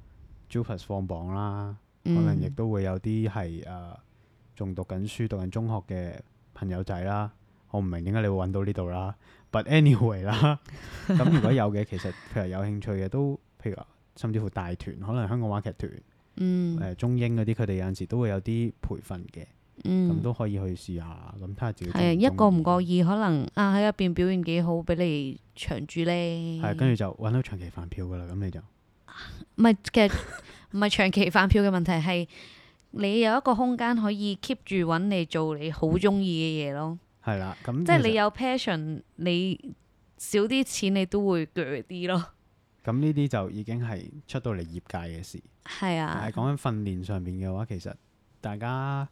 Jupas 放榜啦，可能亦嗯，都會有啲係誒仲讀緊書、讀緊中學嘅朋友仔啦。我唔明點解你會揾到呢度啦，but *laughs* anyway 啦，咁如果有嘅，其實譬如有興趣嘅都，譬如話甚至乎大團，可能香港話劇團、誒、嗯，中英嗰啲，佢哋有陣時都會有啲培訓嘅，咁嗯。都可以去試下，咁睇下自己係啊一個個唔覺意。意，可能啊喺入邊表現幾好，俾你長住咧。係跟住就揾到長期飯票噶啦，咁你就唔係其實唔係長期飯票嘅問題，係你有一個空間可以 keep 住揾你做你好中意嘅嘢咯。係啦。咁即係嗯其實你有 passion，你少啲錢你都會鋸啲咯。咁呢啲就已經係出到嚟業界嘅事。係啊但係，講緊訓練上面嘅話，其實大家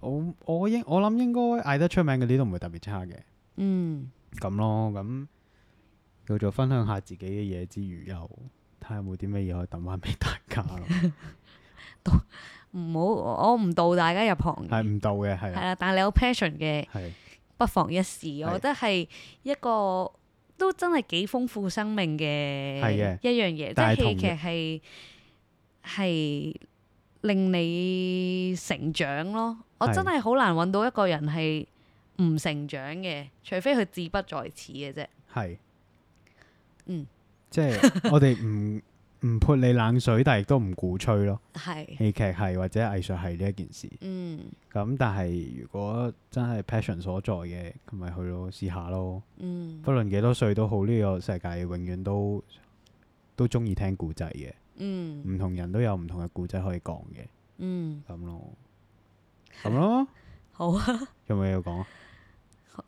我我應我諗應該嗌得出名嗰啲都唔會特別差嘅。嗯咁咯，咁叫做分享下自己嘅嘢之餘，又睇下有冇啲咩嘢可以抌翻俾大家 *laughs* 咯。唔好我唔導大家入行嘅，係唔到嘅，係係啊，啦，但係你有 passion 嘅，係不妨一試。係我覺得係一個都真係幾豐富生命嘅係嘅一樣嘢，即但係係同戲劇係係令你成長咯。我係真係好難揾到一個人係唔成長嘅，除非佢志不在此嘅啫。係。嗯，即係我哋唔唔潑你冷水，但係亦都唔鼓吹咯。係，戲劇係或者藝術係呢一件事。嗯咁但係如果真係 passion 所在嘅，咁咪去咯，試下咯。嗯不論幾多歲都好，呢、個世界永遠都都中意聽故仔嘅，嗯唔同人都有唔同嘅故仔可以講嘅，嗯，咁 *laughs* 咯，咁咯，好 *laughs* 啊。有冇嘢要講？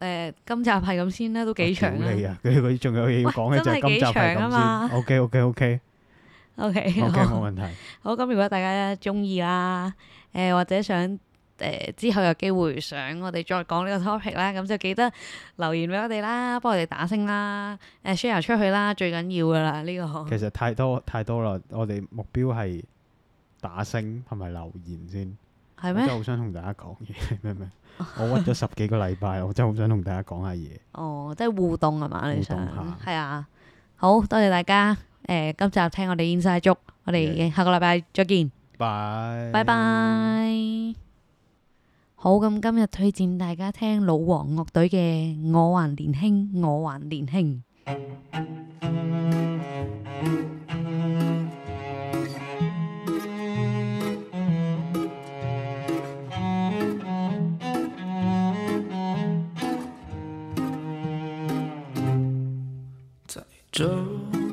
誒、今集係咁先啦，都幾長我屌你啦。啊！ *laughs* 佢佢仲有嘢要講嘅喂就係今集真係係幾長啊咁嘛先。OK *laughs* OK OK O K， OK 冇問題，好，咁如果大家中意啦，誒、或者想誒、之後有機會想我哋再講呢個 topic 啦，咁就記得留言俾我哋啦，幫我哋打星啦，誒、share 出去啦，最緊要噶啦呢個。其實太多太多啦，我哋目標係打星同埋留言先。係我真係咩？好想同大家講嘢， *laughs* 明唔明？我屈咗十幾個禮拜，我真係好想同大家講下嘢。哦，即係互動係嘛？你想互動係啊？好多謝大家誒、今集聽我哋 Inside 足，我哋下個禮拜再見。拜拜。拜。好，咁今日推薦大家聽老王樂隊嘅《我還年輕，我還年輕》。这